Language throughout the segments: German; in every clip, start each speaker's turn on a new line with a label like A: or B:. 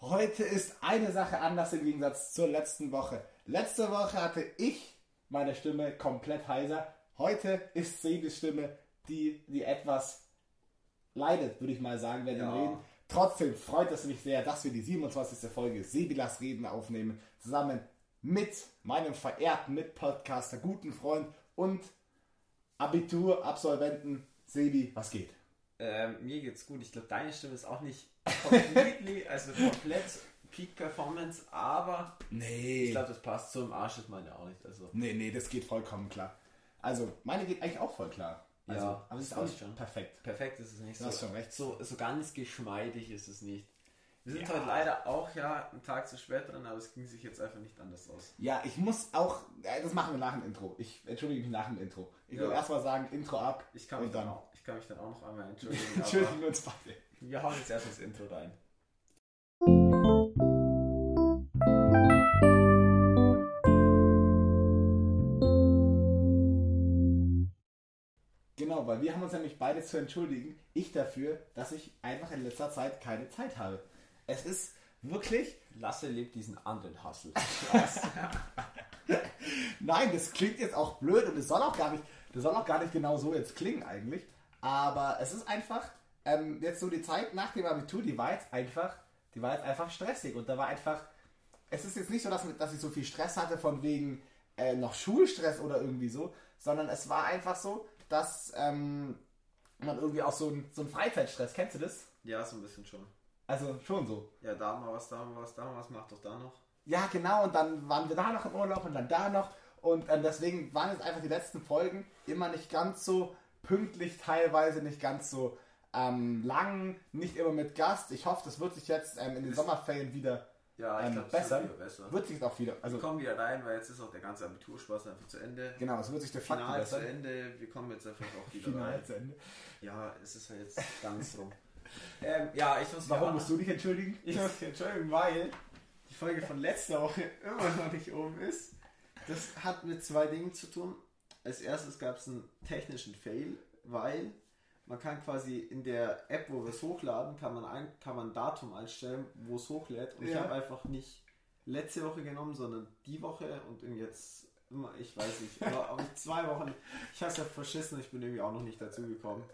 A: heute ist eine Sache anders im Gegensatz zur letzten Woche. Letzte Woche hatte ich meine Stimme komplett heiser. Heute ist sie die Stimme, die, die etwas leidet, würde ich mal sagen, während
B: Ja.
A: dem Reden. Trotzdem freut es mich sehr, dass wir die 27. Folge Sebilas Reden aufnehmen, zusammen mit meinem verehrten Mitpodcaster, guten Freund und Abiturabsolventen Sebi. Was geht?
B: Ähm, mir geht's gut. Ich glaube, deine Stimme ist auch nicht completely, also komplett Peak Performance, aber
A: Nee.
B: ich glaube, das passt so im Arsch ist meine auch nicht. Also
A: Nee, nee, das geht vollkommen klar. Also, meine geht eigentlich auch voll klar. Also,
B: Ja,
A: aber es ist
B: das
A: auch
B: weiß
A: nicht
B: ich schon.
A: perfekt.
B: perfekt ist es nicht.
A: Du
B: so,
A: hast schon recht.
B: So, so ganz geschmeidig ist es nicht. Wir sind
A: Ja.
B: heute leider auch ja einen Tag zu spät dran, aber es ging sich jetzt einfach nicht anders aus.
A: Ja, ich muss auch. äh, Das machen wir nach dem Intro. Ich entschuldige mich nach dem Intro. Ich will
B: Ja.
A: erstmal sagen, Intro ab.
B: Ich kann, mich
A: Und dann-
B: dann auch, ich kann mich dann auch noch einmal entschuldigen.
A: Entschuldigen
B: aber
A: wir uns beide.
B: wir hauen jetzt erst ins Intro rein.
A: Genau, weil wir haben uns nämlich beide zu entschuldigen. Ich dafür, dass ich einfach in letzter Zeit keine Zeit habe. Es ist wirklich.
B: Lasse lebt diesen anderen Hustle.
A: Nein, das klingt jetzt auch blöd und es soll auch gar nicht, das soll auch gar nicht genau so jetzt klingen eigentlich. Aber es ist einfach, ähm, jetzt so die Zeit nach dem Abitur, die war jetzt einfach, die war jetzt einfach stressig und da war einfach, es ist jetzt nicht so, dass, dass ich so viel Stress hatte von wegen äh, noch Schulstress oder irgendwie so, sondern es war einfach so, dass ähm, man irgendwie auch so einen so einen Freizeitstress, kennst du das?
B: ja, so ein bisschen schon.
A: Also schon so.
B: Ja, da mal was, da mal was, da mal was, mach doch da noch.
A: Ja, genau, und dann waren wir da noch im Urlaub und dann da noch. Und ähm, deswegen waren jetzt einfach die letzten Folgen immer nicht ganz so pünktlich, teilweise nicht ganz so ähm, lang, nicht immer mit Gast. Ich hoffe, das wird sich jetzt ähm, in den Sommerferien wieder,
B: Ja, ich
A: Ähm,
B: glaube,
A: besser?
B: Ist besser.
A: wird sich jetzt auch wieder, also
B: Wir kommen wieder rein, weil jetzt ist auch der ganze Abiturspaß einfach zu Ende.
A: genau, es wird sich der Fakt
B: Final zu
A: verbessern.
B: Ende, wir kommen jetzt einfach auch wieder
A: Final
B: rein.
A: zu Ende.
B: Ja, es ist halt jetzt ganz rum. ähm, ja, ich muss
A: Warum
B: ja,
A: musst du dich entschuldigen?
B: Ich muss mich entschuldigen, weil die Folge von letzter Woche immer noch nicht oben ist. Das hat mit zwei Dingen zu tun. Als erstes gab es einen technischen Fail, weil man kann quasi in der App, wo wir es hochladen, kann man ein, kann man ein Datum einstellen, wo es hochlädt. Und ich
A: Ja.
B: habe einfach nicht letzte Woche genommen, sondern die Woche und irgendwie jetzt immer, ich weiß nicht, aber aber zwei Wochen. Ich habe es ja verschissen, ich bin irgendwie auch noch nicht dazu gekommen.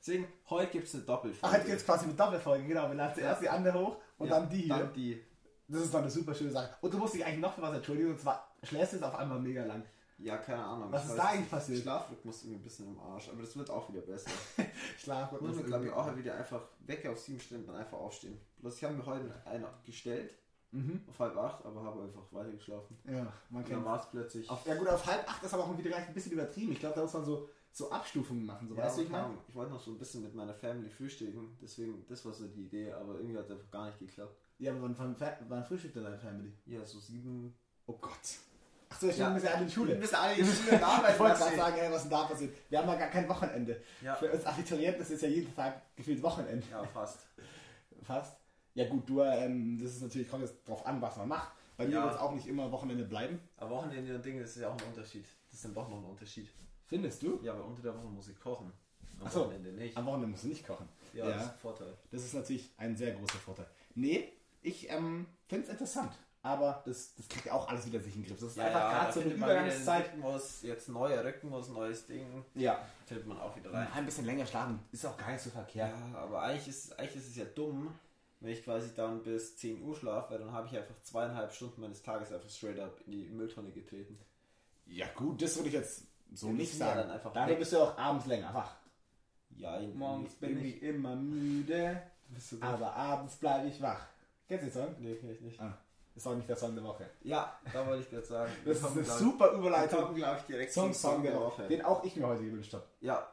B: Deswegen, heute gibt es eine
A: Ach,
B: Doppelfolge.
A: Ah, jetzt gibt's quasi eine Doppelfolge, genau. Wir laden zuerst die andere hoch und
B: Ja,
A: dann die hier.
B: Dann die.
A: Das ist doch eine super schöne Sache. Und du musst dich eigentlich noch für was entschuldigen, und zwar schläfst du jetzt auf einmal mega lang.
B: Ja, keine Ahnung.
A: Was ist
B: Ich weiß
A: da
B: nicht.
A: eigentlich passiert?
B: Schlafrhythmus ist irgendwie ein bisschen im Arsch, aber das wird auch wieder besser.
A: Schlaf
B: Muss man, glaube ich, auch wieder einfach weg auf sieben Stunden dann einfach aufstehen. Bloß ich habe mir heute einen gestellt,
A: Mhm.
B: auf halb acht, aber habe einfach weiter geschlafen.
A: Ja, man
B: Und dann
A: kennt
B: war es plötzlich.
A: Auf, ja gut, auf halb acht ist aber auch wieder gleich ein bisschen übertrieben. Ich glaube, da muss man so, so Abstufungen machen. So,
B: Ja,
A: weißt du,
B: aber
A: ich
B: keine
A: meine?
B: Ahnung, ich wollte noch so ein bisschen mit meiner Family frühstücken, deswegen, das war so die Idee, aber irgendwie hat es einfach gar nicht geklappt.
A: Ja, aber wann, wann, wann frühstückt denn deine Family?
B: Ja, so sieben.
A: Oh Gott. Achso, ich
B: Ja.
A: bin ja alle in die
B: Wir
A: Schule.
B: müssen alle in die Schule und arbeiten.
A: Ich wollte
B: lassen.
A: gerade sagen, ey, was denn da passiert. Wir haben ja gar kein Wochenende.
B: Ja.
A: Für uns Abiturienten ist es ja jeden Tag gefühlt Wochenende.
B: Ja, fast.
A: Fast. Ja gut, du, ähm, das ist natürlich, kommt jetzt drauf an, was man macht. Bei mir
B: Ja.
A: wird es auch nicht immer Wochenende bleiben.
B: Aber Wochenende und Dinge, das ist ja auch ein Unterschied. Das ist dann doch noch ein Unterschied.
A: Findest du?
B: Ja, aber unter der Woche muss ich kochen. Am
A: Ach so.
B: Wochenende nicht.
A: Am Wochenende musst du nicht kochen.
B: Ja, das ist ein Vorteil.
A: Das ist natürlich ein sehr großer Vorteil. Nee, ich ähm, finde es interessant. Aber das, das kriegt ja auch alles wieder sich in den Griff. Das ist einfach gerade so eine Übergangszeit.
B: Rhythmus, jetzt neuer Rhythmus, neues Ding,
A: Ja.
B: fällt man auch wieder rein.
A: Ein bisschen länger schlafen ist auch gar nicht so verkehrt.
B: Ja, aber eigentlich ist, eigentlich ist es ja dumm, wenn ich quasi dann bis 10 Uhr schlafe, weil dann habe ich einfach zweieinhalb Stunden meines Tages einfach straight up in die Mülltonne getreten.
A: Ja, gut, das würde ich jetzt so
B: Ja,
A: nicht
B: das ist ja
A: sagen.
B: dann einfach
A: Dafür
B: weg.
A: bist du ja auch abends länger wach.
B: Ja, irgendwie-
A: immer müde,
B: Bist du dumm?
A: aber abends bleibe ich wach. Kennst du den Song?
B: Nee, kenn ich nicht.
A: Ah, ist auch nicht der Song der Woche.
B: Ja, da wollte ich gerade sagen.
A: Das ist eine super Überleitung
B: glaube ich, direkt
A: zum Song der Woche, den auch ich mir heute gewünscht habe.
B: Ja,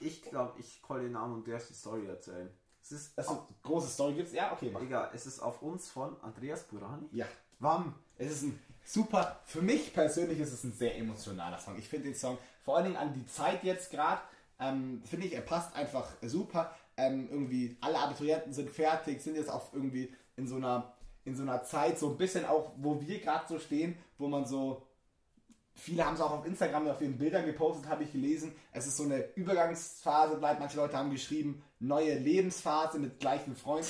B: ich glaube, ich call den Namen und darf die Story erzählen. Es ist,
A: Also, große Story gibt's. Ja, okay, mach.
B: egal, es ist auf uns von Andreas Burani.
A: Ja. Wam. Es ist ein super, für mich persönlich ist es ein sehr emotionaler Song. Ich finde den Song, vor allen Dingen an die Zeit jetzt gerade, ähm, finde ich, er passt einfach super. Ähm, irgendwie, alle Abiturienten sind fertig, sind jetzt auch irgendwie in so einer, in so einer Zeit, so ein bisschen auch, wo wir gerade so stehen, wo man so Viele haben es auch auf Instagram und auf den Bildern gepostet, habe ich gelesen. Es ist so eine Übergangsphase, bleibt. Manche Leute haben geschrieben, neue Lebensphase mit gleichen Freunden.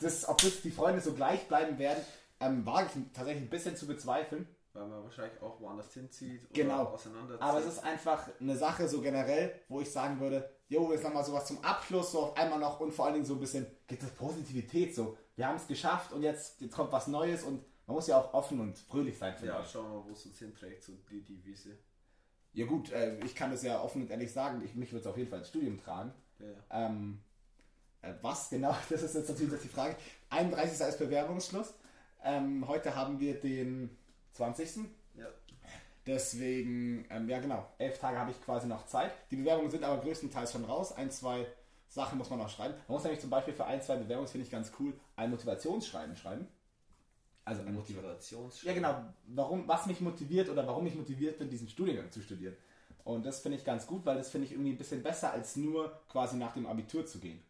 A: Das, ob jetzt die Freunde so gleich bleiben werden, ähm, wage ich tatsächlich ein bisschen zu bezweifeln.
B: Weil man wahrscheinlich auch woanders hinzieht oder
A: Genau.
B: auseinanderzieht.
A: Aber es ist einfach eine Sache so generell, wo ich sagen würde, jo, jetzt nochmal sowas zum Abschluss, so auf einmal noch und vor allen Dingen so ein bisschen, gibt es Positivität so. Wir haben es geschafft und jetzt, jetzt kommt was Neues und man muss ja auch offen und fröhlich sein. finde
B: ja,
A: ich.
B: schauen wir mal, wo es uns hinträgt, so die Devise.
A: ja gut, äh, ich kann das ja offen und ehrlich sagen, ich, mich würde es auf jeden Fall ins Studium tragen.
B: Ja, ja.
A: Ähm, äh, was genau, das ist jetzt natürlich jetzt die Frage. 31. ist Bewerbungsschluss. Ähm, heute haben wir den 20.
B: ja.
A: Deswegen, ähm, ja genau, elf Tage habe ich quasi noch Zeit. Die Bewerbungen sind aber größtenteils schon raus. Ein, zwei Sachen muss man noch schreiben. Man muss nämlich zum Beispiel für ein, zwei Bewerbungen, das finde ich ganz cool, ein Motivationsschreiben schreiben. Also ein Motivationsschreiben. Ja,
B: Motivationsschritt.
A: genau. Warum, was mich motiviert oder warum ich motiviert bin, diesen Studiengang zu studieren. Und das finde ich ganz gut, weil das finde ich irgendwie ein bisschen besser, als nur quasi nach dem Abitur zu gehen.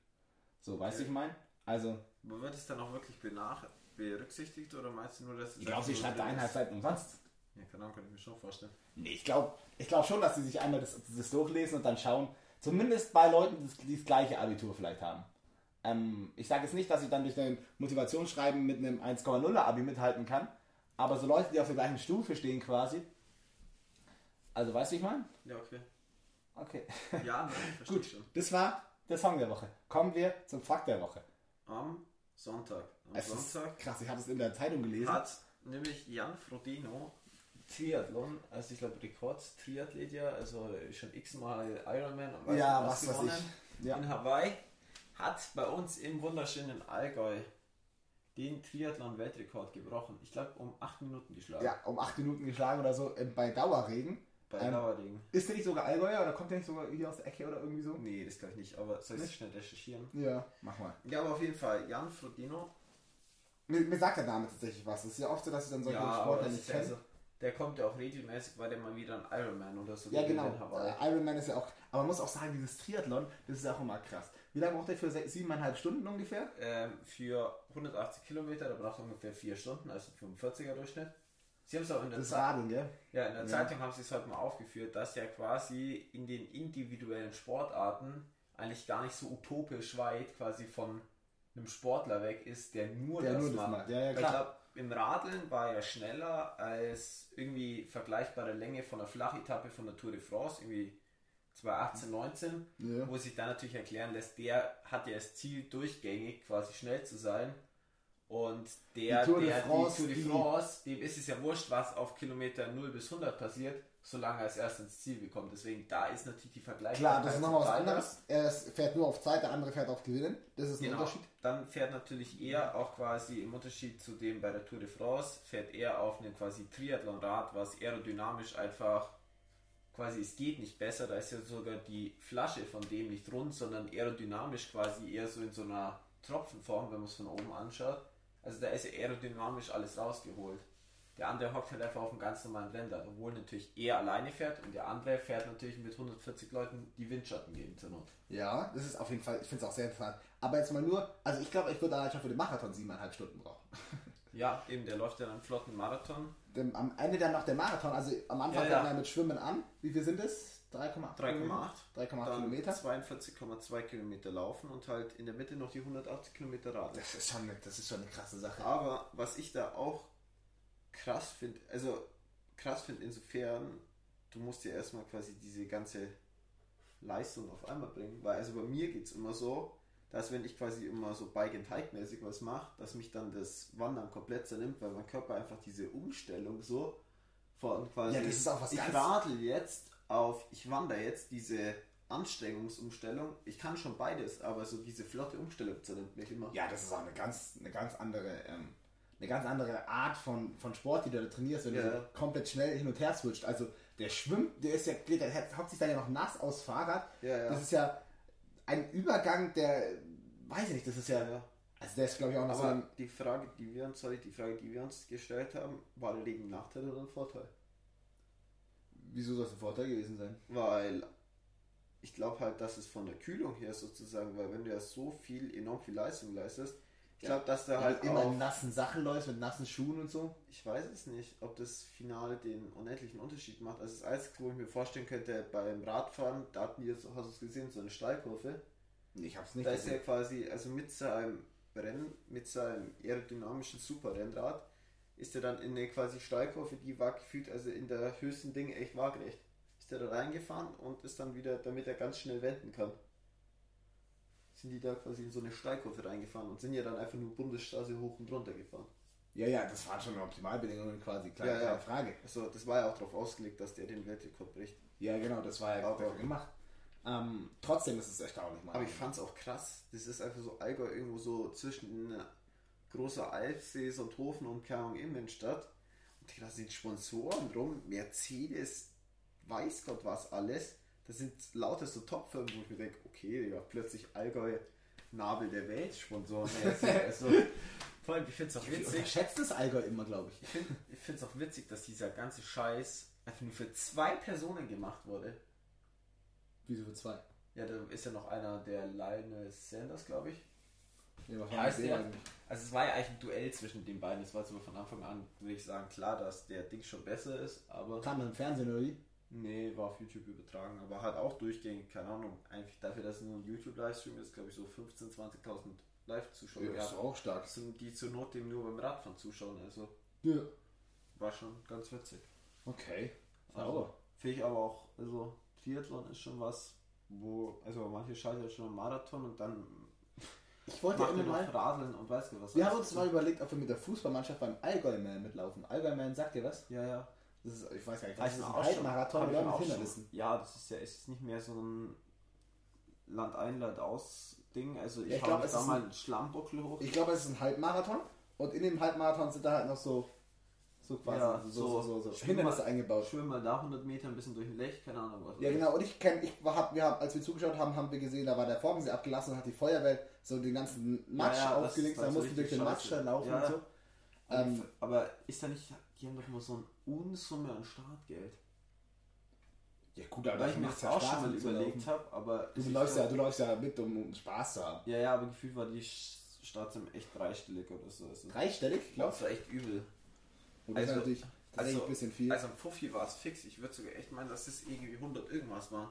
A: So, weißt du, ich meine? Also,
B: Aber Wird es dann auch wirklich benach berücksichtigt oder meinst du nur, dass es
A: ich glaube, sie
B: einfach
A: schreibt da
B: nur drin ist?
A: Einheitsseiten umsonst.
B: Ja, keine Ahnung, kann ich mir schon vorstellen.
A: Nee, ich glaube ich glaub schon, dass sie sich einmal das, das durchlesen und dann schauen. Zumindest bei Leuten, die das- die das gleiche Abitur vielleicht haben. Ähm, ich sage jetzt nicht, dass ich dann durch ein Motivationsschreiben mit einem 1,0er Abi mithalten kann, aber so Leute, die auf der gleichen Stufe stehen quasi. Also, weißt du, wie ich meine?
B: Ja, okay.
A: Okay.
B: Ja, nein, verstehe
A: Gut,
B: ich schon.
A: das war der Song der Woche. Kommen wir zum Fakt der Woche.
B: Am Sonntag. Am
A: Es ist
B: Sonntag
A: krass, ich habe es in der Zeitung gelesen.
B: hat nämlich Jan Frodeno Triathlon, also ich glaube Rekord-Triathlet ja, also schon x-mal Ironman und weiß
A: Ja,
B: nicht
A: was weiß
B: gewonnen.
A: ich. Ja.
B: in Hawaii, hat bei uns im wunderschönen Allgäu den Triathlon-Weltrekord gebrochen. Ich glaube um 8 Minuten geschlagen.
A: Ja, um 8 Minuten geschlagen oder so äh, bei Dauerregen.
B: Bei
A: Ähm,
B: Dauerding.
A: Ist der nicht sogar Allgäuer oder kommt der nicht sogar hier aus der Ecke oder irgendwie so?
B: Nee, das glaube ich nicht, aber soll ich
A: Nicht?
B: schnell recherchieren?
A: Ja, mach mal.
B: Ja, aber auf jeden Fall, Jan Frodeno.
A: Mir, mir sagt der Name tatsächlich was. Es ist ja oft so, dass ich dann solche
B: Ja, aber
A: Sportler
B: das
A: nicht
B: ist ja
A: kenne.
B: so- der kommt ja auch regelmäßig, weil der mal wieder ein Ironman oder so
A: ja,
B: gewinnt
A: genau.
B: in Hawaii.
A: Äh, Ironman ist ja auch. Aber man muss auch sagen, dieses Triathlon, das ist auch immer krass. Wie lange braucht der für se- siebeneinhalb Stunden ungefähr?
B: Ähm, für 180 Kilometer, da braucht ungefähr 4 Stunden, also 45er Durchschnitt. Sie haben es auch in der
A: Das ist Radeln, gell?
B: Ja, in der Zeitung haben sie es heute mal aufgeführt, dass ja quasi in den individuellen Sportarten eigentlich gar nicht so utopisch weit quasi von einem Sportler weg ist, der nur
A: Der
B: Oh, das
A: nur das
B: macht.
A: macht. Ja, ja,
B: Weil
A: klar.
B: Ich glaube, im Radeln war er schneller als irgendwie vergleichbare Länge von der Flachetappe von der Tour de France, irgendwie 2018, 19,
A: Ja.
B: wo sich dann natürlich erklären lässt, der hat ja das Ziel, durchgängig quasi schnell zu sein. Und der,
A: Die Tour de
B: der
A: France,
B: die Tour de
A: die-
B: France, dem ist es ja wurscht, was auf Kilometer 0 bis 100 passiert, solange er es erst ins Ziel bekommt. Deswegen, da ist natürlich die Vergleich.
A: Klar, das ist nochmal was anderes. Er ist- fährt nur auf Zeit, der andere fährt auf Gewinnen. Das ist ein
B: Genau.
A: Unterschied.
B: Dann fährt natürlich er auch quasi im Unterschied zu dem bei der Tour de France, fährt er auf einem quasi Triathlonrad, was aerodynamisch einfach quasi, es geht nicht besser, da ist ja sogar die Flasche von dem nicht rund, sondern aerodynamisch quasi eher so in so einer Tropfenform, wenn man es von oben anschaut. Also da ist ja aerodynamisch alles rausgeholt. Der andere hockt halt einfach auf einem ganz normalen Lenkrad, obwohl natürlich er alleine fährt und der andere fährt natürlich mit 140 Leuten die Windschatten geben zur Not.
A: Ja, das ist auf jeden Fall, ich finde es auch sehr interessant. Aber jetzt mal nur, also ich glaube, ich würde allein schon für den Marathon siebeneinhalb Stunden brauchen.
B: Ja, eben, der läuft ja dann einen flotten Marathon.
A: Denn am Ende dann noch der Marathon, also am Anfang
B: Ja,
A: fängt
B: ja.
A: man ja mit Schwimmen an. Wie viel sind es? 3,8
B: 3,8.
A: Kilometer? 3,8
B: Dann
A: Mhm. Kilometer.
B: 42,2 Kilometer laufen und halt in der Mitte noch die 180 Kilometer Radl.
A: Das ist, schon eine, das ist schon eine krasse Sache.
B: Aber was ich da auch krass finde, also krass finde insofern, du musst ja erstmal quasi diese ganze Leistung auf einmal bringen, weil also bei mir geht es immer so, dass wenn ich quasi immer so Bike and Hike mäßig was mache, dass mich dann das Wandern komplett zernimmt, weil mein Körper einfach diese Umstellung so von quasi
A: Ja, das ist auch was
B: ich
A: ganz-
B: radel jetzt auf ich wandere jetzt diese Anstrengungsumstellung, ich kann schon beides, aber so diese flotte Umstellung zernimmt mich immer.
A: Ja, das ist auch eine ganz, eine ganz andere, ähm, eine ganz andere Art von, von Sport, die du da trainierst, wenn
B: Ja.
A: du so komplett schnell hin und her switcht. Also der schwimmt, der ist ja, geht- der hat- hockt sich dann ja noch nass aus Fahrrad.
B: Ja, ja.
A: Das ist ja ein Übergang, der, weiß ich nicht, das ist ja,
B: Ja.
A: also der ist glaube ich auch noch so
B: Aber
A: ein,
B: die Frage, die wir uns, sorry, die Frage, die wir uns gestellt haben, war der Regen ein Nachteil oder ein Vorteil?
A: wieso soll es ein Vorteil gewesen sein?
B: Weil ich glaube halt, dass es von der Kühlung her sozusagen, weil wenn du ja so viel, enorm viel Leistung leistest, Ich glaube, dass da
A: Weil
B: halt
A: du immer
B: auch-
A: in nassen Sachen läufst, mit nassen Schuhen und so.
B: Ich weiß es nicht, ob das Finale den unendlichen Unterschied macht. Also das Einzige, wo ich mir vorstellen könnte, beim Radfahren, da hatten wir, so- hast du es gesehen, so eine Steilkurve.
A: Ich hab's nicht
B: Da ist er
A: gesehen.
B: quasi, also mit seinem Rennen, mit seinem aerodynamischen Superrennrad, ist er dann in eine quasi Steilkurve, die war gefühlt, also in der höchsten Ding echt waagrecht. Ist er da reingefahren und ist dann wieder, damit er ganz schnell wenden kann. Sind die da quasi in so eine Steilkurve reingefahren und sind ja dann einfach nur Bundesstraße hoch und runter gefahren.
A: Ja, ja, das waren schon Optimalbedingungen quasi, klar,
B: Ja, ja.
A: keine Frage.
B: Also das war ja auch darauf ausgelegt, dass der den Weltrekord bricht.
A: Ja, genau, das war ja
B: Aber-
A: dafür gemacht. Ähm, trotzdem ist es erstaunlich, mal.
B: Aber ich fand's auch krass. Das ist einfach so Allgäu irgendwo so zwischen großer Alpsee, Sonthofen und Kerung Immenstadt. Und da sind Sponsoren rum, Mercedes, weiß Gott was alles. Das sind lauter so Topfirmen, wo ich mir denke, okay, Digga, plötzlich Allgäu, Nabel der Welt, Sponsoren. also, vor allem, ich find's auch
A: Ich unterschätze das Allgäu immer, glaube ich.
B: Ich finde es auch witzig, dass dieser ganze Scheiß einfach nur für zwei Personen gemacht wurde.
A: Wieso für zwei?
B: Ja, da ist ja noch einer der Lionel Sanders, glaube ich.
A: Ja, aber
B: Wie heißt der? Also es war ja eigentlich ein Duell zwischen den beiden. Es war so von Anfang an, würde ich sagen, klar, dass der Ding schon besser ist, aber.
A: Kam im Fernsehen, oder wie?
B: Nee, war auf YouTube übertragen, aber halt auch durchgängig, keine Ahnung. Eigentlich dafür, dass es nur ein YouTube-Livestream ist, glaube ich, so 15.000, 20.000 Live-Zuschauer
A: ist
B: gab.
A: auch stark.
B: Zum- Die zur Not dem nur beim Radfahren zuschauen, also
A: Ja.
B: war schon ganz witzig.
A: Okay.
B: Also, Finde ich aber auch, also Triathlon ist schon was, wo, also manche scheitern schon am Marathon und dann
A: Ich wollte
B: macht
A: immer
B: ihr noch
A: mal.
B: Radeln und weiß nicht was.
A: Wir
B: alles.
A: haben uns mal überlegt, ob wir mit der Fußballmannschaft beim Allgäu-Man mitlaufen. Allgäu-Man, sagt ihr was?
B: Ja, ja.
A: Das ist, ich weiß gar nicht,
B: Hab
A: was das
B: ich
A: ist.
B: auch
A: Ein
B: schon-
A: Halbmarathon
B: hab ich
A: oder mit
B: auch schon.
A: Hindernissen.
B: Ja, das ist ja es ist nicht mehr so ein Land ein, Land aus Ding. Also ich,
A: Ja, ich glaub,
B: habe
A: es
B: da
A: ist
B: mal
A: ein-
B: einen Schlammbuckel hoch.
A: Ich glaube, es ist ein Halbmarathon. Und in dem Halbmarathon sind da halt noch so, so quasi
B: Ja,
A: so, so, so, so,
B: schwimm
A: Hindernisse
B: mal-
A: eingebaut.
B: Schwimm mal da 100 Meter ein bisschen durch ein Lech, keine Ahnung was.
A: Ja, genau. Und ich kenne, ich hab, wir haben, als wir zugeschaut haben, haben wir gesehen, da war der Vorgänger abgelassen und hat die Feuerwehr so den ganzen Matsch
B: Ja, ja, das
A: aufgelegt.
B: ist halt
A: Da
B: so
A: mussten wir durch
B: richtig
A: den Matsch
B: scheiße.
A: dann laufen
B: Ja,
A: und
B: ja.
A: so.
B: Aber-
A: Ähm,
B: aber ist da nicht, die haben doch immer so ein Unsumme an Startgeld.
A: ja, gut, aber
B: Weil ich mir
A: macht's
B: das
A: ja
B: auch
A: Spaß,
B: schon mal
A: mitzulaufen.
B: überlegt habe, aber...
A: Du
B: es ist
A: läufst,
B: ja-
A: ja, du läufst ja mit, um, um Spaß zu haben.
B: Ja, ja, aber gefühlt war die Startsumme echt dreistellig oder so. Also,
A: Dreistellig, glaubst
B: Das war echt übel.
A: du? Und das ist
B: Also-
A: natürlich das ist echt ein bisschen viel.
B: Also am Puffi war es fix. Ich würde sogar echt meinen, dass das irgendwie 100 irgendwas war.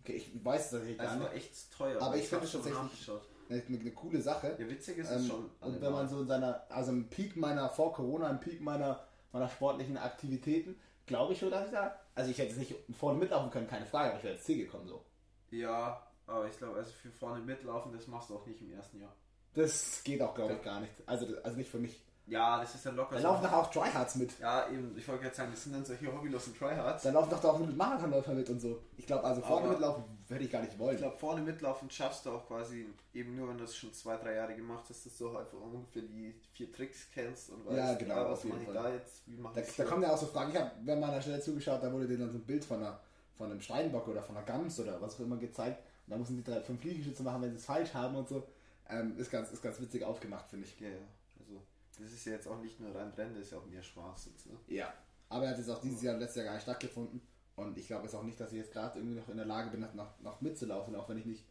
A: okay, ich weiß es natürlich gar
B: Also
A: nicht.
B: war echt teuer.
A: Aber ich
B: hab
A: finde es
B: schon
A: tatsächlich-
B: nachgeschaut.
A: Das ist eine, eine coole Sache.
B: Ja, witzig ist es
A: ähm,
B: schon.
A: und wenn man so in seiner, also im Peak meiner, vor Corona, im Peak meiner, meiner sportlichen Aktivitäten, glaube ich schon, dass ich da, also ich hätte es nicht vorne mitlaufen können, keine Frage, aber ich wäre ins Ziel gekommen so.
B: ja, aber ich glaube, also für vorne mitlaufen, das machst du auch nicht im ersten Jahr.
A: Das geht auch, glaube ich, gar nicht. Also, das- also nicht für mich.
B: Ja, das ist dann locker
A: Da laufen doch auch Tryhards mit.
B: Ja, eben. Ich wollte gerade sagen, das sind dann solche hobbylosen Tryhards.
A: Da laufen doch da auch mit Marathonläufer mit und so. Ich glaube, also vorne
B: Aber-
A: mitlaufen hätte ich gar nicht wollen.
B: Ich glaube, vorne mitlaufen schaffst du auch quasi eben nur, wenn du es schon zwei, drei Jahre gemacht hast, dass du halt ungefähr die vier Tricks kennst und weißt,
A: Ja, genau,
B: ah,
A: auf
B: was
A: jeden
B: mache ich
A: Fall.
B: da jetzt, wie mache
A: Da,
B: ich das
A: da
B: hier?
A: kommen ja auch so Fragen. Ich habe, wenn man an der Stelle zugeschaut, da wurde denen dann so ein Bild von, einer, von einem Steinbock oder von einer Gams oder was auch immer gezeigt. Und da mussten die drei, fünf Liegestütze machen, wenn sie es falsch haben und so. Ähm, ist, ganz, ist ganz witzig aufgemacht, finde ich.
B: Ja, ja. Also, das ist ja jetzt auch nicht nur rein Rennen, das ist ja auch mehr Spaß jetzt, ne?
A: Ja. Aber er hat jetzt auch dieses Jahr und letztes Jahr gar nicht stattgefunden. Und ich glaube jetzt auch nicht, dass ich jetzt gerade irgendwie noch in der Lage bin, noch, noch, noch mitzulaufen, auch wenn ich nicht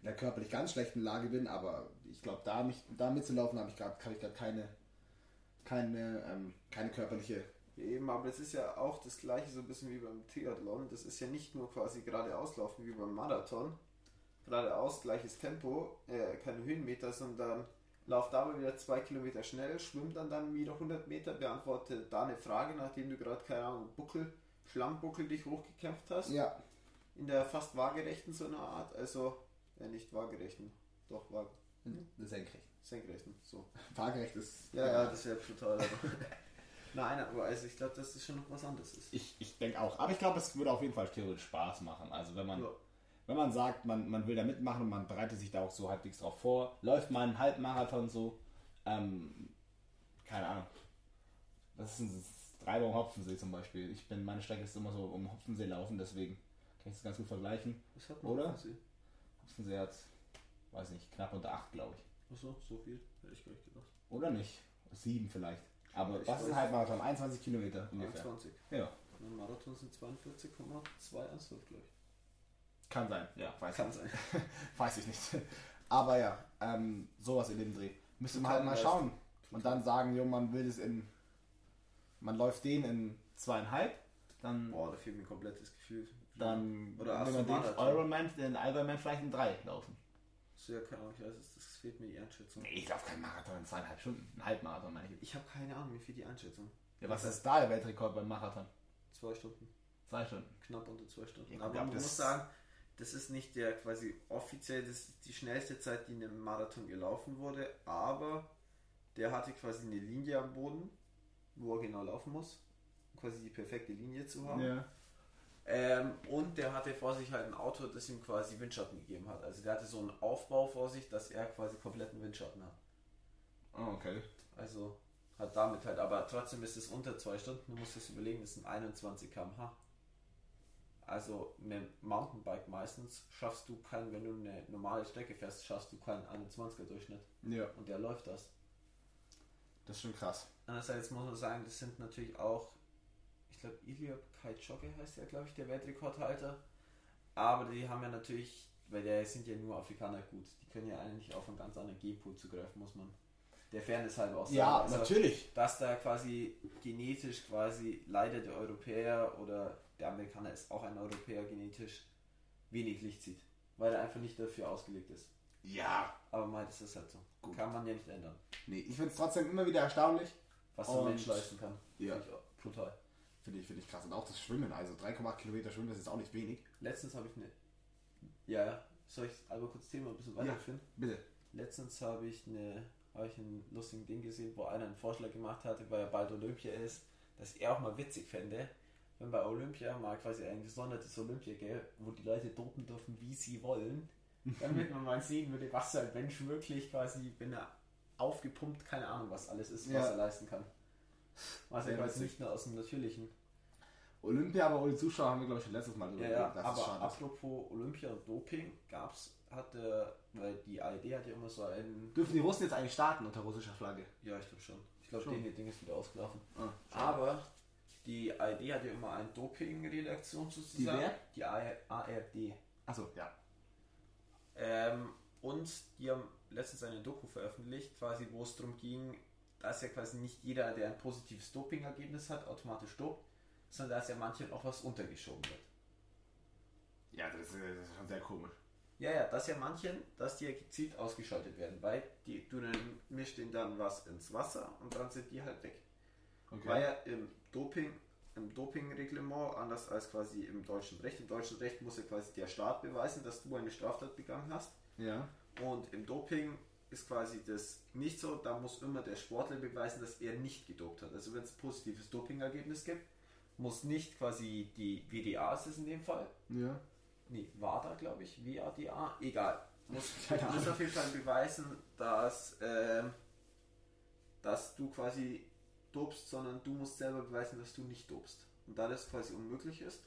A: in der körperlich ganz schlechten Lage bin. Aber ich glaube, da, mich, da mitzulaufen, habe ich gerade hab ich grad keine, keine, ähm, keine körperliche.
B: Ja, eben, aber das ist ja auch das gleiche so ein bisschen wie beim Triathlon. Das ist ja nicht nur quasi geradeaus laufen wie beim Marathon. Geradeaus gleiches Tempo, äh, keine Höhenmeter, sondern lauf dabei wieder zwei Kilometer schnell, schwimm dann dann wieder 100 Meter, beantworte da eine Frage, nachdem du gerade, keine Ahnung, Buckel, Schlammbuckel dich hochgekämpft hast.
A: Ja,
B: In der fast waagerechten so einer Art, also, äh, nicht waagerechten, doch waag
A: Hm. senkrecht.
B: senkrechten, so.
A: Waagerecht ist.
B: Ja, ja, das wäre brutal. aber- Nein, aber also ich glaube, dass das schon noch was anderes ist.
A: Ich, ich denke auch. Aber ich glaube, es würde auf jeden Fall theoretisch Spaß machen. Also wenn man,
B: Ja.
A: wenn man sagt, man, man will da mitmachen und man bereitet sich da auch so halbwegs drauf vor, läuft mal einen Halbmarathon so, ähm, keine Ahnung. Das ist ein drei Wochen Hopfensee zum Beispiel. Ich bin, meine Strecke ist immer so um Hopfensee laufen, deswegen kann ich das ganz gut vergleichen.
B: Was hat
A: Oder?
B: auf dem See?
A: Hopfensee hat, weiß nicht, knapp unter acht, glaube ich.
B: Achso, so viel? Hätte ich gar nicht gedacht.
A: Oder nicht? Sieben vielleicht. Aber
B: Ich
A: was ist ein
B: weiß-
A: Halbmarathon? 21 Kilometer ungefähr.
B: 21.
A: Ja.
B: Und Ein Marathon sind 42,25, glaube ich.
A: Kann sein. Ja, weiß
B: Kann sein.
A: Weiß ich nicht. Aber ja, ähm, sowas in dem Dreh. Müsste man halt mal schauen. Und dann sagen, jo, man will das in. Man läuft den in zweieinhalb, dann,
B: Boah, da fehlt mir komplett das Gefühl.
A: dann
B: Oder
A: will man den
B: Astro-Marathon.
A: Ironman, den Ironman vielleicht in drei laufen.
B: So, ja, keine Ahnung, ich weiß es, das fehlt mir die Einschätzung.
A: Nee, ich laufe keinen Marathon in zweieinhalb Stunden. Ein Halbmarathon meine ich.
B: Ich habe keine Ahnung, mir fehlt die Einschätzung.
A: Ja, was ist da der Weltrekord beim Marathon?
B: Zwei Stunden.
A: Zwei Stunden.
B: Knapp unter zwei Stunden.
A: Ja, gut,
B: Aber
A: aber
B: man
A: das-
B: muss sagen, das ist nicht der quasi offiziell, das ist die schnellste Zeit, die in einem Marathon gelaufen wurde, aber der hatte quasi eine Linie am Boden, wo er genau laufen muss, um quasi die perfekte Linie zu haben. Ähm, und der hatte vor sich halt ein Auto, das ihm quasi Windschatten gegeben hat. Also der hatte so einen Aufbau vor sich, dass er quasi kompletten Windschatten hat.
A: Oh, okay.
B: Also hat damit halt, aber trotzdem ist es unter zwei Stunden, du musst das überlegen, das sind 21 km/h. Also mit dem Mountainbike meistens schaffst du keinen, wenn du eine normale Strecke fährst, schaffst du keinen 21er Durchschnitt.
A: Ja,
B: Und der läuft das.
A: das ist schon krass.
B: Andererseits muss man sagen, das sind natürlich auch, ich glaube, Ilya Kaitschogge heißt ja, glaube ich, der Weltrekordhalter. Aber die haben ja natürlich, weil der sind ja nur Afrikaner gut, die können ja eigentlich auf einen ganz anderen G-Pool zugreifen, muss man der Fairness halber auch sagen.
A: Ja,
B: Also,
A: natürlich.
B: dass da quasi genetisch quasi leider der Europäer oder der Amerikaner ist auch ein Europäer genetisch wenig Licht sieht, weil er einfach nicht dafür ausgelegt ist.
A: Ja.
B: Aber mal ist das halt so.
A: Gut.
B: Kann man ja nicht ändern,
A: Nee, ich finde es trotzdem immer wieder erstaunlich.
B: was ein
A: Und-
B: Mensch leisten kann.
A: Ja.
B: Finde ich auch Brutal.
A: Finde ich, finde ich krass. Und auch das Schwimmen, also 3,8 Kilometer Schwimmen, das ist auch nicht wenig.
B: Letztens habe ich eine. Ja, ja. Soll ich aber kurz Thema ein bisschen weiterführen?
A: Bitte.
B: Letztens habe ich eine, habe ich einen lustigen Ding gesehen, wo einer einen Vorschlag gemacht hatte, weil er bald Olympia ist, dass er auch mal witzig fände, wenn bei Olympia mal quasi ein gesondertes Olympia gäbe, wo die Leute dopen dürfen, wie sie wollen, damit man mal sehen würde, was so ein Mensch wirklich quasi, wenn er aufgepumpt, keine Ahnung, was alles ist,
A: Ja.
B: was er leisten kann. Was er
A: Sehr
B: quasi
A: witzig.
B: nicht nur aus dem Natürlichen.
A: Olympia, aber ohne Zuschauer haben wir, glaube ich, schon letztes Mal
B: Ja,
A: geredet,
B: ja,
A: dass es
B: aber
A: schade ist.
B: apropos Olympia und Doping gab's, hatte, weil die ARD hat ja immer so einen.
A: Dürfen die Russen jetzt eigentlich starten unter russischer Flagge?
B: Ja, ich glaube schon. Ich glaube,
A: Schon.
B: den Ding ist wieder ausgelaufen.
A: Ah,
B: Aber die ARD hat ja immer eine Doping-Redaktion sozusagen.
A: Die wer?
B: Die ARD.
A: Achso, ja.
B: Ähm, und die haben letztens eine Doku veröffentlicht, quasi, wo es darum ging, dass ja quasi nicht jeder, der ein positives Doping-Ergebnis hat, automatisch dopt, sondern dass ja manchen auch was untergeschoben wird.
A: Ja, das ist, das ist schon sehr komisch.
B: Ja, ja, dass ja manchen, dass die ja gezielt ausgeschaltet werden, weil die, du dann mischst denen dann was ins Wasser und dann sind die halt weg.
A: Okay.
B: War ja im Doping, im Dopingreglement anders als quasi im deutschen Recht. Im deutschen Recht muss ja quasi der Staat beweisen, dass du eine Straftat begangen hast.
A: ja.
B: Und im Doping ist quasi das nicht so, da muss immer der Sportler beweisen, dass er nicht gedopt hat. Also wenn es ein positives Dopingergebnis gibt, muss nicht quasi die WDA ist es in dem Fall,
A: Ja.
B: Nee, WADA, glaube ich. WADA, egal. Muss,
A: Keine Ahnung.
B: muss auf jeden Fall beweisen, dass, ähm, dass du quasi dopst, sondern du musst selber beweisen, dass du nicht dopst. Und da das quasi unmöglich ist,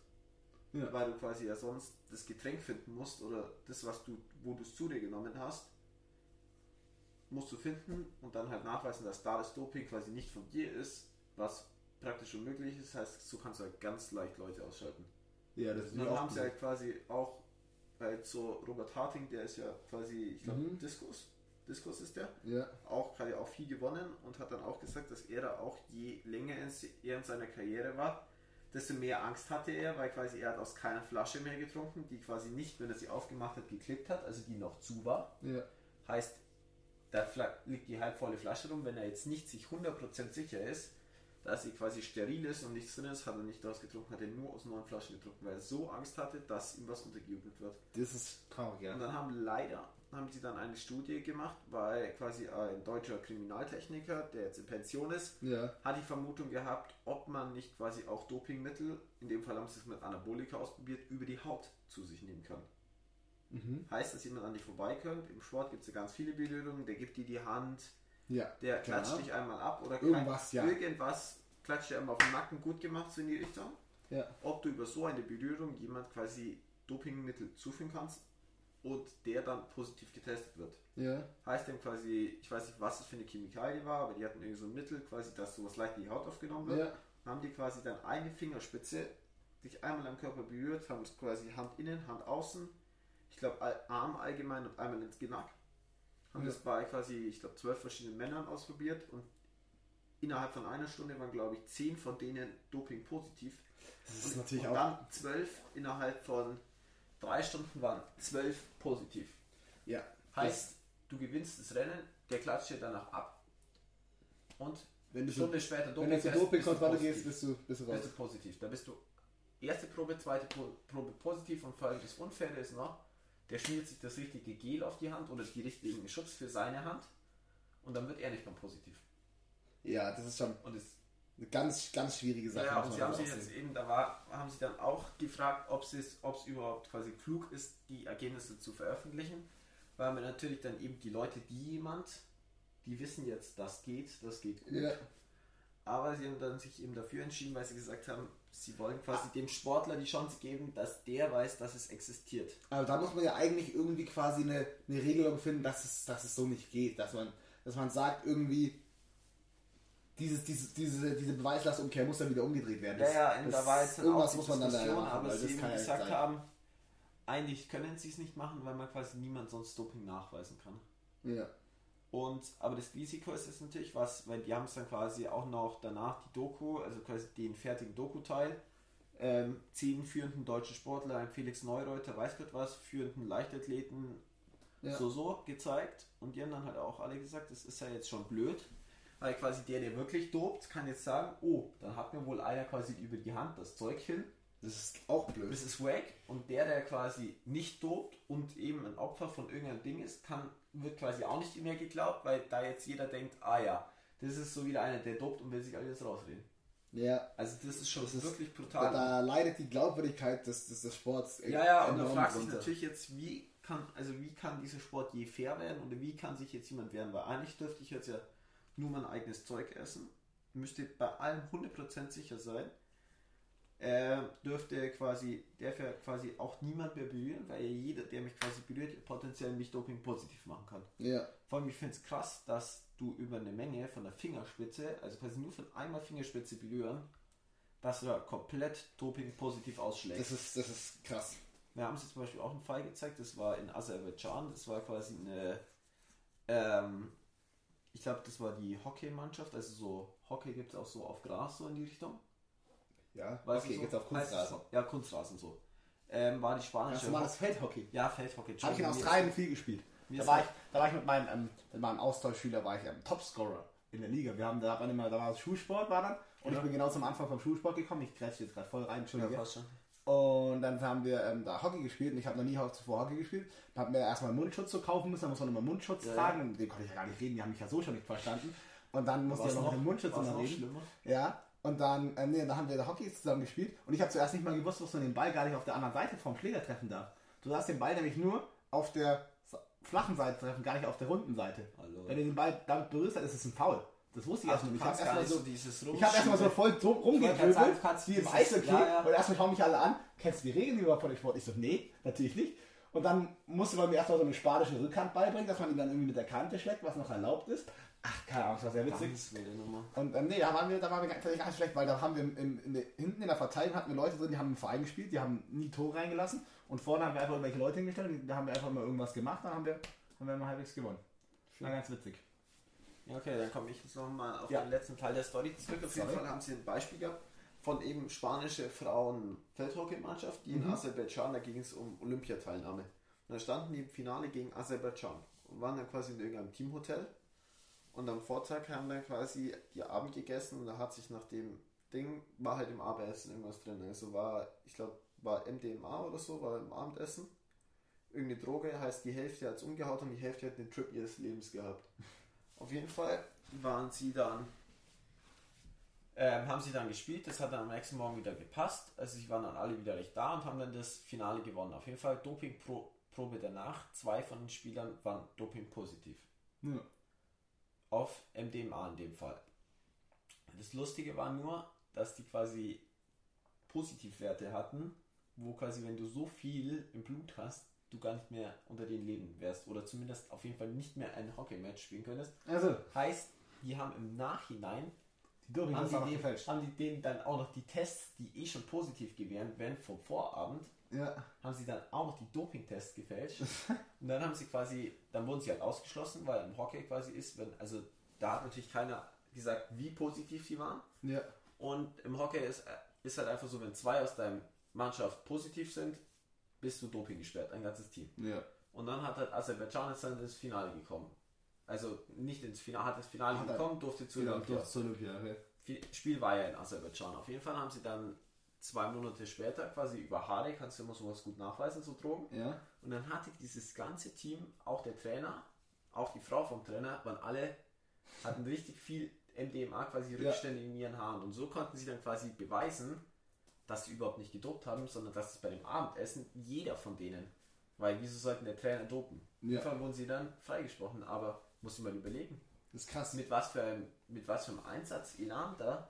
A: Ja.
B: weil du quasi ja sonst das Getränk finden musst oder das, was du, wo du es zu dir genommen hast, musst du finden und dann halt nachweisen, dass da das Doping quasi nicht von dir ist, was praktisch unmöglich ist. Heißt, so kannst du halt ganz leicht Leute ausschalten.
A: Ja, das ist
B: Und dann
A: auch
B: haben sie
A: gut.
B: halt quasi auch halt so Robert Harting, der ist ja quasi, ich glaube,
A: Mhm.
B: Diskus. Diskus ist der.
A: Ja.
B: Auch hat ja auch viel gewonnen und hat dann auch gesagt, dass er da auch je länger in, se- er in seiner Karriere war, desto mehr Angst hatte er, weil quasi er hat aus keiner Flasche mehr getrunken, die quasi nicht, wenn er sie aufgemacht hat, geklebt hat, also die noch zu war.
A: Ja.
B: Heißt, da fla- liegt die halbvolle Flasche rum, wenn er jetzt nicht sich 100% sicher ist, dass sie quasi steril ist und nichts drin ist, hat er nicht daraus getrunken, hat er nur aus neuen Flaschen getrunken, weil er so Angst hatte, dass ihm was untergejubelt wird.
A: Das ist traurig,
B: Und
A: ja.
B: dann haben leider, haben sie dann eine Studie gemacht, weil quasi ein deutscher Kriminaltechniker, der jetzt in Pension ist,
A: Ja.
B: hat die Vermutung gehabt, ob man nicht quasi auch Dopingmittel, in dem Fall haben sie es mit Anabolika ausprobiert, über die Haut zu sich nehmen kann.
A: Mhm.
B: Heißt, dass jemand an dich vorbeikommt, im Sport gibt es ja ganz viele Berührungen, der gibt dir die Hand,
A: Ja.
B: der
A: Klar.
B: klatscht dich einmal ab oder
A: Genau. Irgendwas, ja.
B: irgendwas klatscht dir einmal auf den Nacken, gut gemacht, so in die Richtung.
A: Ja.
B: Ob du über so eine Berührung jemand quasi Dopingmittel zuführen kannst und der dann positiv getestet wird.
A: Ja.
B: Heißt dann quasi, ich weiß nicht, was das für eine Chemikalie war, aber die hatten irgendwie so ein Mittel, quasi, dass sowas leicht in die Haut aufgenommen wird.
A: Ja.
B: Haben die quasi dann eine Fingerspitze sich einmal am Körper berührt, haben es quasi Hand innen, Hand außen, ich glaube Arm allgemein und einmal ins Genack. Haben das bei quasi, ich glaube, zwölf verschiedenen Männern ausprobiert und innerhalb von einer Stunde waren, glaube ich, zehn von denen Doping positiv.
A: Das ist natürlich
B: und
A: auch.
B: dann zwölf innerhalb von drei Stunden waren zwölf positiv.
A: Ja.
B: Heißt, du gewinnst das Rennen, der klatscht dir danach ab. Und
A: Wenn du
B: eine
A: so-
B: Stunde später
A: Wenn du zur
B: Dopingtest, bist
A: Dopingkontrolle
B: positiv.
A: gehst, bist du, bist du raus.
B: bist du positiv. Da bist du erste Probe, zweite Pro- Probe positiv und vor allem das Unfaire ist noch, der schmiert sich das richtige Gel auf die Hand oder die richtigen Schutz für seine Hand und dann wird er nicht mehr positiv.
A: Ja, das ist schon
B: Und es
A: eine ganz, ganz schwierige Sache.
B: ja,
A: muss
B: und
A: man
B: sie haben
A: aber
B: sich
A: auch
B: jetzt
A: sehen.
B: eben, da war, haben sie dann auch gefragt, ob es ist- ob es überhaupt quasi klug ist, die Ergebnisse zu veröffentlichen, weil man natürlich dann eben die Leute, die jemand, die wissen jetzt, das geht, das geht gut,
A: ja.
B: aber sie haben dann sich eben dafür entschieden, weil sie gesagt haben, sie wollen quasi dem Sportler die Chance geben, dass der weiß, dass es existiert.
A: Aber da muss man ja eigentlich irgendwie quasi eine, eine Regelung finden, dass es, dass es so nicht geht. Dass man, dass man sagt, irgendwie, dieses, dieses, diese, diese Beweislastumkehr muss dann wieder umgedreht werden.
B: Ja,
A: Das-
B: ja, und
A: das-
B: da war jetzt dann
A: irgendwas
B: auch die
A: muss man dann da
B: Diskussion,
A: machen,
B: aber
A: weil
B: sie
A: das
B: eben
A: kann ja nicht
B: gesagt
A: sein.
B: haben, eigentlich können sie es nicht machen, weil man quasi niemand sonst Doping nachweisen kann.
A: Ja.
B: Und, aber das Risiko ist jetzt natürlich was, weil die haben es dann quasi auch noch danach die Doku, also quasi den fertigen Doku-Teil, ähm, zehn führenden deutschen Sportler, ein Felix Neureuter, weiß Gott was, führenden Leichtathleten,
A: Ja.
B: so so gezeigt. Und die haben dann halt auch alle gesagt, das ist ja jetzt schon blöd. Weil quasi der, der wirklich dopt, kann jetzt sagen, oh, dann hat mir wohl einer quasi über die Hand das Zeugchen.
A: Das ist auch blöd.
B: Das ist wack. Und der, der quasi nicht dopt und eben ein Opfer von irgendeinem Ding ist, kann, wird quasi auch nicht mehr geglaubt, weil da jetzt jeder denkt, ah ja, das ist so wieder einer, der dopt und will sich alles rausreden.
A: Ja.
B: Also das ist schon
A: Das ist-
B: wirklich brutal.
A: Da leidet die Glaubwürdigkeit des, des, des Sports. e-
B: Ja, ja, und
A: enorm
B: du fragst dich
A: drunter.
B: natürlich jetzt, wie kann, also wie kann dieser Sport je fair werden oder wie kann sich jetzt jemand wehren? Weil eigentlich dürfte ich jetzt ja nur mein eigenes Zeug essen, müsste bei allem 100% sicher sein, äh, dürfte quasi, darf ja quasi auch niemand mehr berühren, weil ja jeder, der mich quasi berührt, potenziell mich Doping positiv machen kann.
A: Ja.
B: Vor allem, ich finde es krass, dass du über eine Menge von der Fingerspitze, also quasi nur von einmal Fingerspitze berühren, dass du da komplett Doping positiv
A: Das
B: ausschlägst.
A: ist, das ist krass.
B: Wir haben uns zum Beispiel auch einen Fall gezeigt, das war in Aserbaidschan, das war quasi eine, ähm, ich glaube, das war die Hockeymannschaft, also so Hockey gibt es auch so auf Gras, so in die Richtung.
A: Ja.
B: Weißt
A: okay,
B: du, so,
A: jetzt auf
B: weißt du,
A: Kunstrasen.
B: So, ja, Kunstrasen so. Ähm, war die
A: Ganz
B: spanische
A: normales Feldhockey.
B: Ja, Feldhockey.
A: Habe ich in
B: Entschuldigung, mir
A: Australien viel gespielt.
B: Mir
A: Da
B: ist
A: war, ich,
B: halt-
A: da war ich mit meinem, ähm, mit meinem Austauschschüler, war ich ähm, Topscorer in der Liga. Wir haben, da, hat man immer, da war Schulsport, war dann. Und ich bin genau zum Anfang vom Schulsport gekommen. Ich grätsche jetzt gerade voll rein,
B: ist- Ja,
A: Entschuldige.
B: fast schon.
A: Und dann haben wir ähm, da Hockey gespielt und ich habe noch nie ho- zuvor Hockey gespielt. Da haben wir erstmal einen Mundschutz so kaufen müssen, da muss man immer Mundschutz
B: Ja.
A: tragen. Und den konnte ich ja gar nicht reden, die haben mich ja so schon nicht verstanden. Und dann musste ich
B: War's
A: ja noch mit dem Mundschutz
B: war's
A: immer
B: noch
A: reden.
B: schlimmer?
A: Ja. Und dann, ähm, nee, da haben wir da Hockey zusammen gespielt und ich habe zuerst nicht mal gewusst, dass man den Ball gar nicht auf der anderen Seite vom Schläger treffen darf. Du darfst den Ball nämlich nur auf der sa- flachen Seite treffen, gar nicht auf der runden Seite.
B: Hallo.
A: Wenn du den Ball damit berührst, dann ist es ein Foul. Das wusste ich
B: Ach,
A: erst
B: du
A: nicht. Also, Ich
B: kannst
A: habe
B: gar
A: erstmal
B: nicht so
A: so,
B: dieses
A: ich hab erstmal so voll drum
B: Ich wollte gerade sagen,
A: rumgedröbelt,
B: du kannst
A: wie im
B: dieses-
A: Eishockey.
B: ja, ja.
A: Und erstmal schauen mich alle an, kennst du die Regeln überhaupt von dem Sport? Ich so, nee, natürlich nicht. Und dann musste man mir erstmal so eine spanische Rückhand beibringen, dass man ihn dann irgendwie mit der Kante schlägt, was noch erlaubt ist. Ach, keine Ahnung, das war sehr witzig.
B: Ganz wilde Nummer.
A: Und ähm, nee, da waren wir, da waren wir tatsächlich ganz schlecht, weil da haben wir im, im, in der, hinten in der Verteidigung hatten wir Leute drin, die haben im Verein gespielt, die haben nie Tore reingelassen und vorne haben wir einfach irgendwelche Leute hingestellt und da haben wir einfach mal irgendwas gemacht, dann haben wir, haben wir mal halbwegs gewonnen. War ganz witzig.
B: Ja, okay, dann komme ich jetzt nochmal auf
A: Ja.
B: den letzten Teil der Story zurück. Auf jeden
A: Sorry.
B: Fall haben sie ein Beispiel gehabt von eben spanische Frauen-Feldhockey-Mannschaft, die in
A: Mhm.
B: Aserbaidschan, da ging es um Olympiateilnahme. Und da standen die im Finale gegen Aserbaidschan und waren dann quasi in irgendeinem Teamhotel. Und am Vortag haben dann quasi die Abend gegessen und da hat sich nach dem Ding, war halt im Abendessen irgendwas drin. Also war, ich glaube, war MDMA oder so, war im Abendessen. Irgendeine Droge, heißt die Hälfte hat es umgehauen und die Hälfte hat den Trip ihres Lebens gehabt. Auf jeden Fall waren sie dann, ähm, haben sie dann gespielt. Das hat dann am nächsten Morgen wieder gepasst. Also sie waren dann alle wieder recht da und haben dann das Finale gewonnen. Auf jeden Fall Dopingprobe danach. Zwei von den Spielern waren Doping positiv.
A: Ja.
B: Auf MDMA in dem Fall. Das Lustige war nur, dass die quasi Positivwerte hatten, wo quasi, wenn du so viel im Blut hast, du gar nicht mehr unter den Leben wärst oder zumindest auf jeden Fall nicht mehr ein Hockey-Match spielen könntest,
A: Also,
B: Heißt, die haben im Nachhinein
A: Die Dürre
B: haben
A: ist auch
B: die, den,
A: gefälscht.
B: haben die denen dann auch noch die Tests, die eh schon positiv gewähren wären vom Vorabend,
A: Ja.
B: haben sie dann auch noch die Dopingtests gefälscht. und dann haben sie quasi, dann wurden sie halt ausgeschlossen, weil im Hockey quasi ist, wenn, also da hat natürlich keiner gesagt, wie positiv die waren.
A: ja.
B: Und im Hockey ist, ist halt einfach so, wenn zwei aus deinem Mannschaft positiv sind, bist du Doping gesperrt, ein ganzes Team.
A: Ja.
B: Und dann hat halt Aserbaidschan ist dann ins Finale gekommen. Also nicht ins Finale, hat ins Finale
A: Hat er-
B: gekommen, durfte zu
A: Genau,
B: Olympia.
A: durch zur Olympia. Okay.
B: Viel- Spiel war ja in Aserbaidschan. Auf jeden Fall haben sie dann zwei Monate später quasi über Haare, kannst du immer sowas gut nachweisen, so Drogen.
A: Ja.
B: Und dann hatte dieses ganze Team, auch der Trainer, auch die Frau vom Trainer, waren alle, hatten richtig viel MDMA quasi
A: Ja.
B: Rückstände in ihren Haaren. Und so konnten sie dann quasi beweisen, dass sie überhaupt nicht gedopt haben, sondern dass es bei dem Abendessen jeder von denen, weil wieso sollten der Trainer dopen?
A: Ja.
B: Auf jeden Fall wurden sie dann freigesprochen, aber muss ich mal überlegen,
A: Das ist krass.
B: mit was für einem, mit was für einem Einsatz Elan da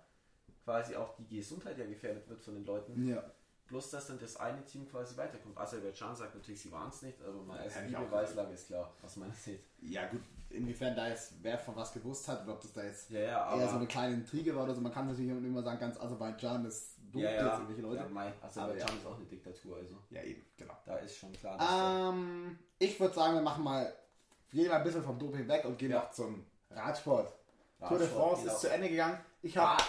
B: quasi auch die Gesundheit ja gefährdet wird von den Leuten.
A: Ja.
B: Bloß, dass dann das eine Team quasi weiterkommt. Aserbaidschan sagt natürlich, sie waren es nicht, aber mal erst
A: Hätte
B: die
A: ich auch
B: Beweislage ist klar, aus meiner Sicht.
A: Ja, gut, inwiefern da jetzt wer von was gewusst hat oder ob das da jetzt
B: Ja, ja, aber.
A: eher so eine kleine Intrige war oder so. Man kann natürlich immer sagen, ganz Aserbaidschan, das dopt
B: ja,
A: jetzt
B: ja,
A: irgendwelche
B: Ja,
A: Leute.
B: mei, Aserbaidschan
A: Aber
B: ist auch eine Diktatur, also
A: Ja, eben, genau.
B: da ist schon klar, dass da-
A: Ähm, ich würde sagen, wir machen mal, wir gehen mal ein bisschen vom Doping weg und gehen
B: Ja.
A: noch zum Radsport.
B: da
A: Tour de
B: schon-
A: France
B: genau.
A: ist zu Ende gegangen. Ich
B: Ah,
A: habe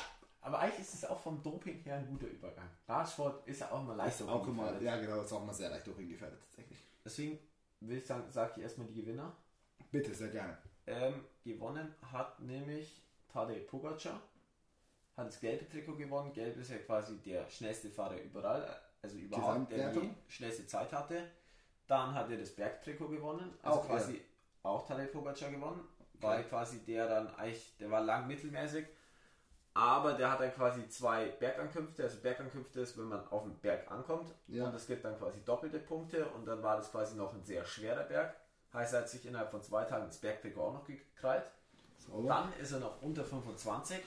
B: aber eigentlich ist es auch vom Doping her ein guter Übergang. Radsport Ah, ist ja auch mal leicht
A: auch mal,
B: dopinggefährdet.
A: ja genau, ist auch mal sehr leicht Doping gefährdet tatsächlich.
B: Deswegen will ich sagen, sag ich erstmal die Gewinner.
A: Bitte, sehr gerne.
B: Ähm, gewonnen hat nämlich Tadej Pogacar. Hat das gelbe Trikot gewonnen. Gelb ist ja quasi der schnellste Fahrer überall, also überhaupt, der die
A: Gesamtwertung?
B: schnellste Zeit hatte. Dann hat er das Bergtrikot gewonnen, also
A: Auch
B: quasi auch Tadej Pogacar gewonnen, weil quasi der dann eigentlich, der war lang mittelmäßig, aber der hat dann quasi zwei Bergankünfte, also Bergankünfte ist, wenn man auf den Berg ankommt
A: Ja.
B: und es gibt dann quasi doppelte Punkte und dann war das quasi noch ein sehr schwerer Berg, heißt er hat sich innerhalb von zwei Tagen das Bergtrikot auch noch gekrallt.
A: So.
B: Dann ist er noch unter 25.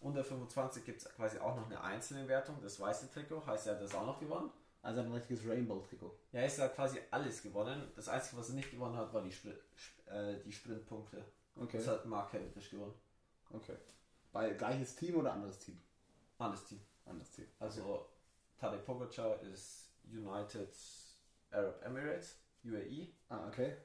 B: Unter 25 gibt es quasi auch noch eine einzelne Wertung. Das weiße Trikot heißt, er hat das auch noch gewonnen.
A: Also ein richtiges Rainbow-Trikot.
B: Ja, er hat quasi alles gewonnen. Das Einzige, was er nicht gewonnen hat, war die, Spri Sp- äh, die Sprintpunkte.
A: Okay.
B: Das hat Mark Cavendish gewonnen.
A: Okay. Bei gleiches Team oder anderes Team?
B: Alles Team.
A: Anderes Team.
B: Also Tadej Pogacar ist United Arab Emirates, UAE.
A: Ah, okay.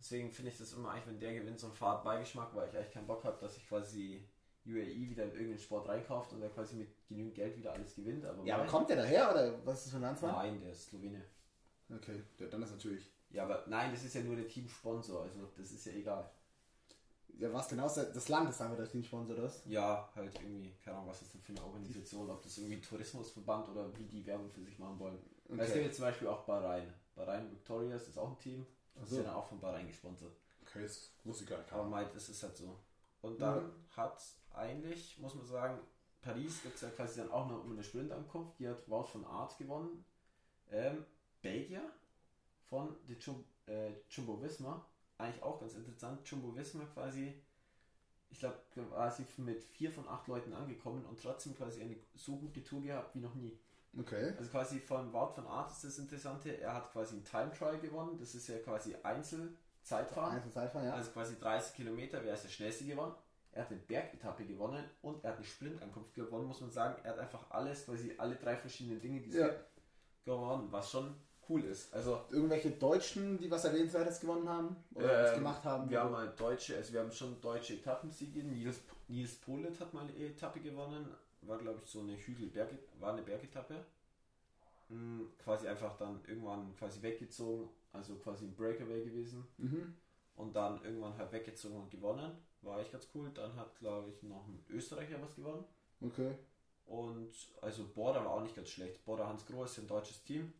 B: Deswegen finde ich das immer eigentlich, wenn der gewinnt, so einen Fahrtbeigeschmack, weil ich eigentlich keinen Bock habe, dass ich quasi UAE wieder in irgendeinen Sport reinkauft und der quasi mit genügend Geld wieder alles gewinnt. Aber
A: Ja, aber
B: mein-
A: kommt der daher oder was ist das für ein Landsmann?
B: Nein, der ist Slowene.
A: Okay, ja, dann ist natürlich.
B: Ja, aber nein, das ist ja nur der Teamsponsor, also das ist ja egal.
A: Ja, was genau ist der- das Land, ist einfach der Teamsponsor, das?
B: Ja, halt irgendwie, keine Ahnung, was ist das für eine Organisation, ob das irgendwie ein Tourismusverband oder wie die Werbung für sich machen wollen. Weil Es
A: Okay.
B: gibt jetzt zum Beispiel auch Bahrain. Bahrain Victorious ist auch ein Team, das
A: so.
B: ist ja dann auch von Bahrain gesponsert.
A: Okay, das wusste ich gar nicht.
B: Genau. Aber meint, es ist halt so. Und dann hat eigentlich, muss man sagen, Paris gibt es ja quasi dann auch noch um eine Sprintankunft. Die hat Wout von Art gewonnen. Ähm, Belgier von der Jum äh, Jumbo Visma. Eigentlich auch ganz interessant. Jumbo Visma quasi, ich glaube, quasi mit vier von acht Leuten angekommen und trotzdem quasi eine so gute Tour gehabt wie noch nie.
A: Okay.
B: Also quasi von Wout von Art ist das Interessante. Er hat quasi ein Time Trial gewonnen. Das ist ja quasi Einzelzeitfahren.
A: Einzel Zeitfahren, ja.
B: Also quasi 30 Kilometer, wer ist der schnellste gewonnen? Er hat eine Bergetappe gewonnen und er hat eine Sprintankunft gewonnen, muss man sagen. Er hat einfach alles, quasi alle drei verschiedenen Dinge, die es
A: Ja.
B: gibt, gewonnen, was schon cool ist. Also
A: Irgendwelche Deutschen, die was Erwähnenswertes gewonnen haben oder was
B: ähm,
A: gemacht haben.
B: Wir haben halt deutsche, also wir haben schon deutsche Etappensiege. Nils, Nils Polit hat mal eine Etappe gewonnen. War, glaube ich, so eine Hügelberge, war eine Bergetappe. Hm, quasi einfach dann irgendwann quasi weggezogen, also quasi ein Breakaway gewesen.
A: Mhm.
B: und dann irgendwann halt weggezogen und gewonnen. War echt ganz cool. Dann hat, glaube ich, noch ein Österreicher was gewonnen.
A: Okay.
B: Und also Border war auch nicht ganz schlecht. Border Hans Groh ist ja ein deutsches Team.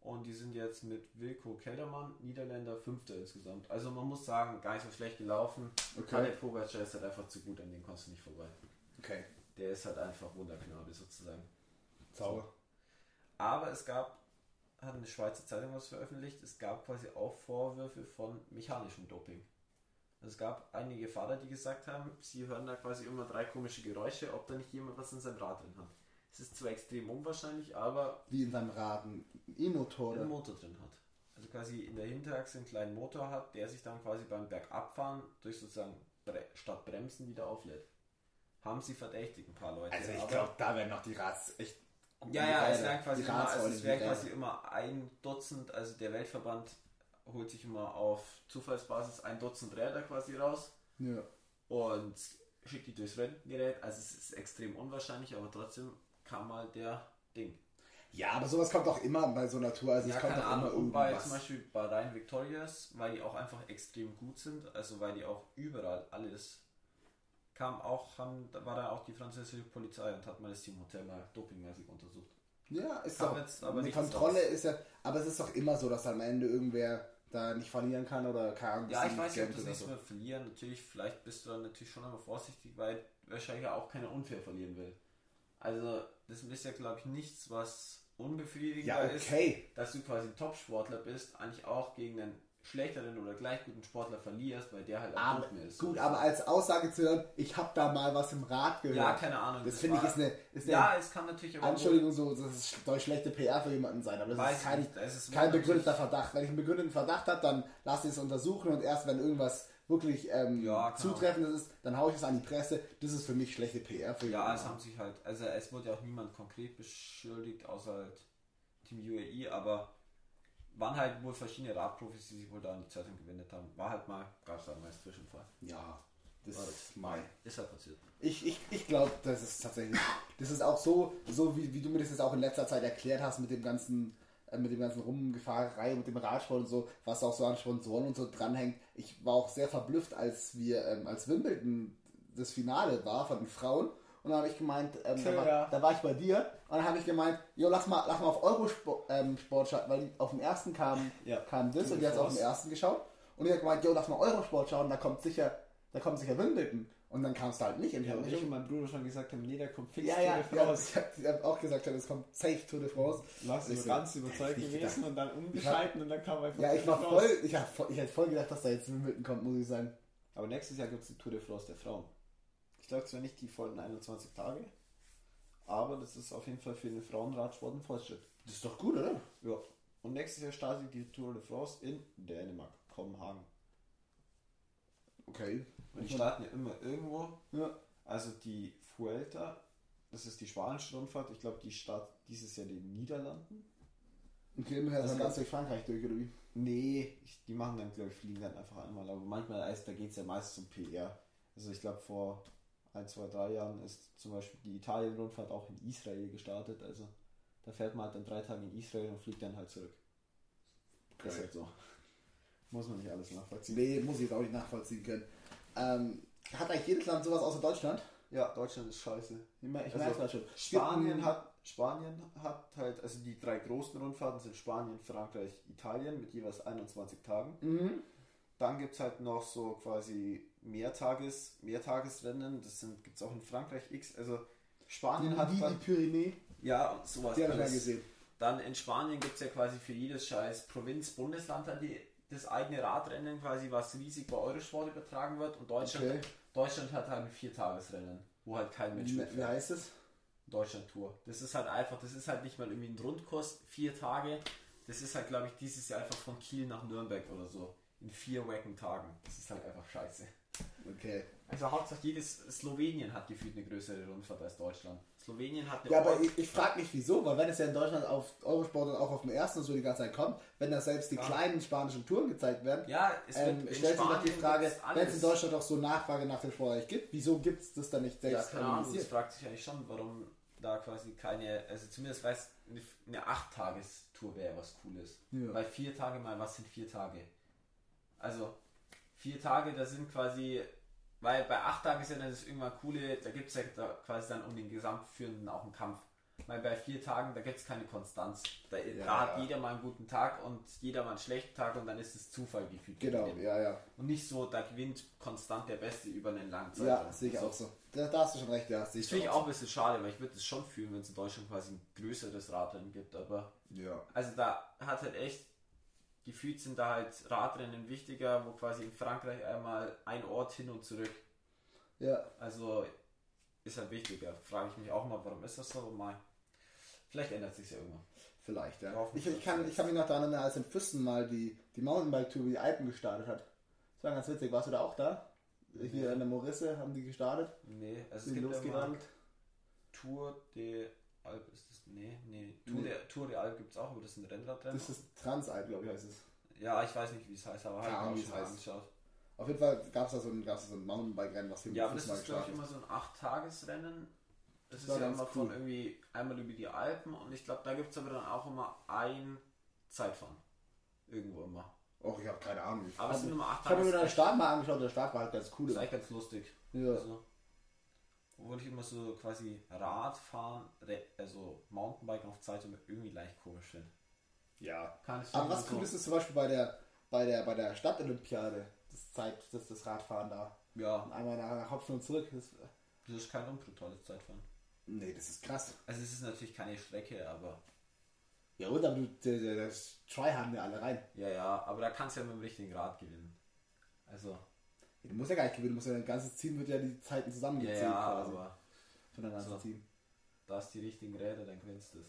B: Und die sind jetzt mit Wilko Keldermann, Niederländer, Fünfter insgesamt. Also man muss sagen, gar nicht so schlecht gelaufen.
A: Okay.
B: Okay. Der Pogacar ist halt einfach zu gut, an dem kommst du nicht vorbei.
A: Okay.
B: Der ist halt einfach Wunderknabe sozusagen.
A: Zauber.
B: Aber es gab, hat eine Schweizer Zeitung was veröffentlicht, es gab quasi auch Vorwürfe von mechanischem Doping. Also es gab einige Fahrer, die gesagt haben, sie hören da quasi immer drei komische Geräusche, ob da nicht jemand was in seinem Rad drin hat. Es ist zwar extrem unwahrscheinlich, aber
A: Wie in seinem Raden. E-Motor.
B: einen
A: oder?
B: Motor drin hat. Also quasi in der Hinterachse einen kleinen Motor hat, der sich dann quasi beim Bergabfahren durch sozusagen Bre statt Bremsen wieder auflädt. haben sie verdächtigt ein paar Leute.
A: Also ich
B: Aber-
A: glaube, da werden noch die Rats echt gut.
B: Ja, ja, es wären quasi,
A: die
B: immer, also
A: Ratsrolle,
B: es wären
A: die
B: quasi
A: Räder.
B: immer ein Dutzend, also der Weltverband holt sich immer auf Zufallsbasis ein Dutzend Räder quasi raus
A: Ja.
B: und schickt die durchs Rentengerät. Also es ist extrem unwahrscheinlich, aber trotzdem kam mal der Ding.
A: ja, aber sowas kommt auch immer bei so einer Tour. Also
B: ja,
A: es kommt
B: keine
A: auch immer
B: Ahnung, und bei
A: irgendwas.
B: zum Beispiel bei Rhein Victorias, weil die auch einfach extrem gut sind, also weil die auch überall alles kam auch, haben, da war da auch die französische Polizei und hat mal das Team Hotel mal dopingmäßig untersucht.
A: ja, ist
B: Kam
A: doch.
B: jetzt aber
A: eine
B: nichts
A: Kontrolle
B: raus.
A: ist ja. Aber es ist doch immer so, dass am Ende irgendwer da nicht verlieren kann oder keine Ahnung.
B: Ja, ich
A: bisschen
B: weiß nicht, ob
A: Geld
B: das
A: oder
B: nächste Mal verlieren. Natürlich, vielleicht bist du dann natürlich schon immer vorsichtig, weil wahrscheinlich auch keiner unfair verlieren will. Also, das ist ja, glaube ich, nichts, was
A: Ja,
B: unbefriedigender
A: okay.
B: ist, dass du quasi ein Top-Sportler bist, eigentlich auch gegen einen schlechteren oder gleich guten Sportler verlierst, weil der halt auch
A: Aber,
B: nicht mehr ist.
A: gut, aber als Aussage zu hören, ich habe da mal was im Rat gehört.
B: ja, keine Ahnung.
A: das finde ich
B: war-
A: ist eine, ist eine
B: Ja, es kann natürlich aber.
A: Anschuldigung, so, das soll schlechte PR für jemanden sein. Aber das
B: Weiß
A: ist kein,
B: nicht, es ist
A: kein
B: wirklich-
A: begründeter Verdacht. Wenn ich einen begründeten Verdacht habe, dann lasse ich es untersuchen und erst wenn irgendwas wirklich ähm,
B: Ja, keine
A: zutreffendes ist, dann haue ich es an die Presse. Das ist für mich schlechte PR für
B: Ja,
A: jemanden.
B: es haben sich halt, also es wurde ja auch niemand konkret beschuldigt, außer halt Team UAE, aber waren halt wohl verschiedene Radprofis, die sich wohl da in die Zeitung gewendet haben. War halt mal, gab es da mal einen Zwischenfall.
A: Ja, das
B: Warte.
A: ist mein.
B: Ist halt passiert.
A: Ich, ich, ich glaube, das ist tatsächlich. Das ist auch so, so wie, wie du mir das jetzt auch in letzter Zeit erklärt hast mit dem ganzen, äh, mit dem ganzen Rumgefahrerei, mit dem Radsport und so, was auch so an Sponsoren und so dranhängt. Ich war auch sehr verblüfft, als wir, ähm, als Wimbledon das Finale war von den Frauen. Und dann habe ich gemeint, ähm, da, war,
B: Ja.
A: da war ich bei dir und dann habe ich gemeint, jo, lass mal, lass mal auf Eurosport ähm, Sport schauen, weil die auf dem ersten kam,
B: Ja.
A: kam das und
B: Tour
A: die
B: de
A: hat auf dem
B: France.
A: ersten geschaut. Und die hat gemeint, jo, lass mal Eurosport schauen, da kommt sicher, da kommt sicher Wimbledon. Und dann kam es da halt nicht. Und ich
B: Ja,
A: hab
B: und
A: mich
B: ich und mein Bruder schon gesagt haben, nee, da kommt fix
A: ja, ja,
B: Tour de
A: ja,
B: France.
A: ich hab, ich hab auch gesagt, es kommt safe Tour de France.
C: Lars
A: Ich
C: ist
A: so,
C: Also ganz
A: hätte
C: überzeugt
A: ich nicht
C: gewesen
A: gedacht.
C: und dann umgeschalten und dann kam einfach
A: Ja, ich war
C: Tour de France.
A: voll, ich hab, voll- ich hätte voll gedacht, dass da jetzt Wimbledon kommt, muss ich sagen.
C: Aber nächstes Jahr gibt es die Tour de France der Frauen. Ich glaube zwar nicht die vollen 21 Tage, aber das ist auf jeden Fall für den Frauenradsport ein Fortschritt.
A: Das ist doch gut, oder?
C: Ja. Und nächstes Jahr startet die Tour de France in Dänemark, Kopenhagen.
A: Okay.
C: Und die starten ja immer irgendwo.
A: Ja.
C: Also die Vuelta, das ist die spanische Rundfahrt. Ich glaube, die startet dieses Jahr in den Niederlanden.
A: Okay, wir
C: Das
A: dann ganz
C: kann-
A: durch Frankreich durch, oder wie?
C: Nee, ich, die machen dann, glaube ich, fliegen dann einfach einmal. Aber manchmal, als- da geht es ja meist um PR. Also ich glaube, vor ein, zwei, drei Jahren ist zum Beispiel die Italien-Rundfahrt auch in Israel gestartet. Also da fährt man halt dann drei Tage in Israel und fliegt dann halt zurück. Das ist halt so. Muss man nicht alles nachvollziehen.
A: Nee, muss ich jetzt auch nicht nachvollziehen können. Ähm, hat eigentlich jedes Land sowas außer Deutschland?
C: Ja, Deutschland ist scheiße.
A: Ich mein, ich
C: Also,
A: merk's mal schon.
C: Spanien
A: Gibt-
C: hat, Spanien hat halt, also die drei großen Rundfahrten sind Spanien, Frankreich, Italien mit jeweils 21 Tagen.
A: Mhm.
C: Dann gibt es halt noch so quasi Mehrtages, Mehrtagesrennen, das gibt es auch in Frankreich X, also Spanien
A: Die,
C: hat
A: die, die
C: quasi-
A: Pyrenäen,
B: Ja, und sowas.
A: die habe ich mal
B: alles.
A: gesehen.
B: Dann in Spanien gibt es ja quasi für jedes scheiß Provinz-Bundesland dann die, das eigene Radrennen quasi, was riesig bei Eurosport übertragen wird. Und Deutschland,
A: Okay.
B: Deutschland hat halt ein Viertagesrennen, wo halt kein Mensch
A: Wie,
B: mitfährt.
A: wie heißt es?
B: Deutschland-Tour. Das ist halt einfach, das ist halt nicht mal irgendwie ein Rundkurs, vier Tage. Das ist halt, glaube ich, dieses Jahr einfach von Kiel nach Nürnberg oder so. In vier wacken Tagen. Das ist halt einfach scheiße.
A: Okay.
B: Also hauptsächlich jedes Slowenien hat gefühlt eine größere Rundfahrt als Deutschland. Slowenien hat eine
A: Ja, aber
B: Ort-
A: ich, ich frage mich wieso, weil wenn es ja in Deutschland auf Eurosport und auch auf dem ersten und so die ganze Zeit kommt, wenn da selbst die
B: Ja.
A: kleinen spanischen Touren gezeigt werden,
B: ja es
A: ähm,
B: wird in
A: stellt sich doch die
B: Spanien
A: Frage,
B: gibt's
A: wenn es in
B: alles.
A: Deutschland auch so Nachfrage nach dem Sportrecht gibt, wieso gibt es das dann nicht
B: Ja,
A: selbst
B: keine Ahnung, das
A: organisiert?
B: fragt sich eigentlich schon, warum da quasi keine, also zumindest weiß eine, eine 8-Tages-Tour wäre was Cooles.
A: Ja.
B: Weil vier Tage mal, was sind vier Tage? Also, vier Tage, da sind quasi, weil bei acht Tagen ist ja dann das irgendwann coole, da gibt es ja da quasi dann um den Gesamtführenden auch einen Kampf. Weil bei vier Tagen, da gibt es keine Konstanz. Da, da hat
A: ja.
B: jeder mal einen guten Tag und jeder mal einen schlechten Tag und dann ist es Zufall gefühlt.
A: Genau, ja, ja.
B: Und nicht so, da gewinnt konstant der Beste über einen langen
A: Ja, sehe ich auch so. Da, da hast du schon recht, ja, sehe
B: das finde
A: ich
B: also ich auch ein bisschen schade, weil ich würde es schon fühlen, wenn es in Deutschland quasi ein größeres Radrennen gibt. Aber
A: so. Ja.
B: also da hat halt echt gefühlt sind da halt Radrennen wichtiger, wo quasi in Frankreich einmal ein Ort hin und zurück.
A: Ja,
B: Also ist halt wichtiger. Frage ich mich auch mal, warum ist das so? Mal. Vielleicht ändert sich ja irgendwann.
A: vielleicht, ja.
B: Hoffentlich
A: Ich, ich, kann, ich kann mich noch daran erinnern, als in Füssen mal die, die Mountainbike-Tour über die Alpen gestartet hat. Das war ganz witzig. Warst du da auch da? Hier an der Morisse haben die gestartet.
B: Nee, also es
A: Sind
B: gibt
A: losgerannt.
B: losgerannt. Tour de Alp ist das. Nee, nee. Tour,
A: Nee.
B: De, Tour de Alp gibt es auch, aber das sind Rennradrennen.
A: Das ist Transalp, glaube ich, heißt es.
B: Ja, ich weiß nicht, wie es heißt, aber
A: Keine
B: halt
A: Ahnung,
B: auch
A: wie es
B: schon mal
A: heißt.
B: angeschaut.
A: Auf jeden Fall gab es da so ein, gab's da so ein Mountainbike-Rennen, was hier
B: Ja, aber
A: mit
B: das
A: Fußball
B: ist, glaube ich,
A: gestartet
B: immer so ein Acht-Tages-Rennen. Das ist
A: war
B: ja
A: ganz
B: immer von
A: cool.
B: irgendwie einmal über die Alpen und ich glaube, da gibt es aber dann auch immer ein Zeitfahren. Irgendwo immer.
A: Och, ich habe keine Ahnung. Ich
B: Aber es sind
A: habe
B: immer acht
A: hab mir nur den
B: Tage.
A: Start mal angeschaut, der Start war halt ganz cool.
B: Das ist eigentlich ganz lustig.
A: Ja.
B: Also, obwohl ich immer so quasi Radfahren, Re- also Mountainbiken auf Zeit immer irgendwie leicht komisch finde.
A: Ja.
B: Kann ich also
A: Aber was cool ist, ist zum Beispiel bei der, bei der, bei der Stadtolympiade, das zeigt das, das Radfahren da.
B: Ja,
A: Einmal nach, nach Hopfen und zurück. Das,
B: das ist kein unbrutales Zeitfahren.
A: nee, das ist krass.
B: Also es ist natürlich keine Strecke, aber
A: Ja, und aber du, der, der, das Try haben wir alle rein.
B: ja, ja, aber da kannst du ja mit dem richtigen Rad gewinnen. Also,
A: Du musst ja gar nicht gewinnen, du musst ja dein ganzes Team wird ja die Zeiten
B: ja,
A: zusammengezählt
B: ja,
A: quasi.
B: aber
A: Von deinem ganzen
B: So.
A: Team.
B: da hast die richtigen Räder, dann gewinnst du es.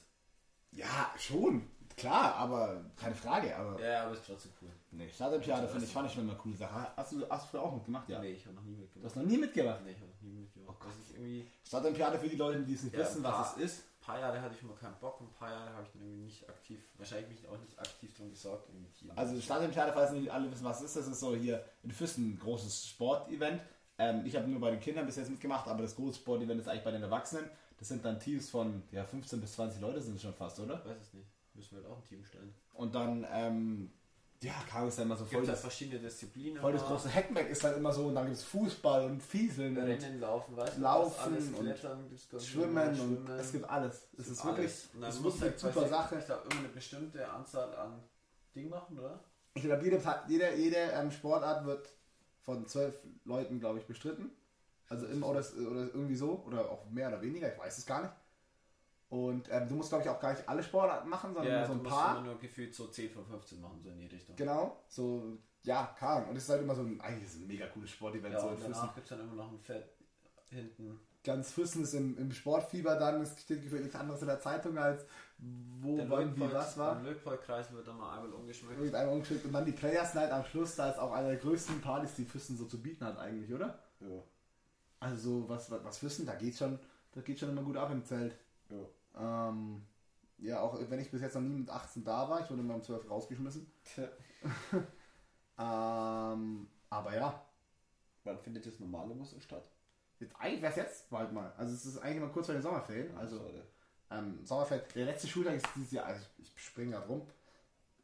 A: Ja, schon. Klar, aber keine Frage. Aber
B: Ja, ja, aber ist trotzdem cool.
A: nee, Stadtolympiade finde ich, fand ich schon immer eine coole Sache. Hast du, hast du früher auch mitgemacht? Ja. Oh
B: Nee, ich habe noch nie
A: Du hast
B: mitgemacht.
A: noch nie mitgemacht.
B: Nee, ich habe noch nie mitgemacht. das ist irgendwie...
A: Stadtolympiade für die Leute, die es nicht
B: Ja,
A: wissen,
B: ein
A: was
B: paar-
A: es ist.
B: Ein paar Jahre hatte ich immer keinen Bock, ein paar Jahre habe ich dann irgendwie nicht aktiv, wahrscheinlich mich auch nicht aktiv drum gesorgt. Irgendwie hier.
A: Also Stadtolympiade, falls nicht alle wissen, was es ist, das ist so hier in Füssen ein großes Sportevent. Ähm, ich habe nur bei den Kindern bis jetzt mitgemacht, aber das große Sportevent ist eigentlich bei den Erwachsenen. Das sind dann Teams von ja, 15 bis 20 Leute sind es schon fast, oder?
B: ich weiß es nicht. Müssen wir halt auch ein Team stellen.
A: Und dann, ähm, ja, Karo ist dann immer so
B: Es gibt
A: voll
B: halt
A: das,
B: verschiedene Disziplinen.
A: voll das
B: aber
A: große Hackback ist dann immer so und dann gibt es Fußball und Fieseln und
B: ne? Rennen, Laufen, weißt du,
A: Laufen
B: was alles,
A: und
B: Klettern, gibt's ganz
A: Schwimmen
B: viel,
A: und es gibt alles. Es ist wirklich,
B: alles. Und dann
A: es ist
B: musst
A: wirklich
B: du
A: eine
B: halt,
A: super
B: weiß ich,
A: Sache.
B: Ich glaube, immer eine bestimmte Anzahl an Ding machen, oder?
A: Ich glaube, jede, Pa- jede, jede ähm, Sportart wird von zwölf Leuten, glaube ich, bestritten. Also immer oder, es- oder irgendwie so, oder auch mehr oder weniger, ich weiß es gar nicht. Und ähm, du musst, glaube ich, auch gar nicht alle Sportarten machen, sondern nur so
B: du
A: ein
B: musst
A: paar.
B: immer nur gefühlt so 10 von 15 machen, so in die Richtung.
A: Genau, so, ja, kann. Und es ist halt immer so ein, eigentlich ist es ein mega cooles Sportevent.
B: Ja,
A: so in
B: und
A: Füssen.
B: danach gibt es dann immer noch ein Fett hinten.
A: Ganz Füssen ist im, im Sportfieber dann, es steht gefühlt nichts anderes in der Zeitung als wo,
B: Der
A: wann, wie,
B: Lötpold-
A: was war.
B: Im Lötpoldkreis wird dann mal einmal umgeschmückt.
A: Irgendein umgeschickt und dann die Players Night am Schluss, da ist auch eine der größten Partys, die Füssen so zu bieten hat eigentlich, oder?
C: Ja.
A: Also so, was, was, was Füssen, da geht schon, da geht schon immer gut ab im Zelt. Ja. Ähm, ja, auch wenn ich bis jetzt noch nie mit 18 da war, ich wurde immer um 12 rausgeschmissen. ähm, aber ja,
C: Wann findet das normale Muster statt?
A: jetzt, eigentlich wäre es jetzt bald mal. Also es ist eigentlich immer kurz vor den Sommerferien. Also
C: Schade.
A: ähm, Sommerferien, der letzte Schultag ist dieses Jahr, also ich springe gerade rum.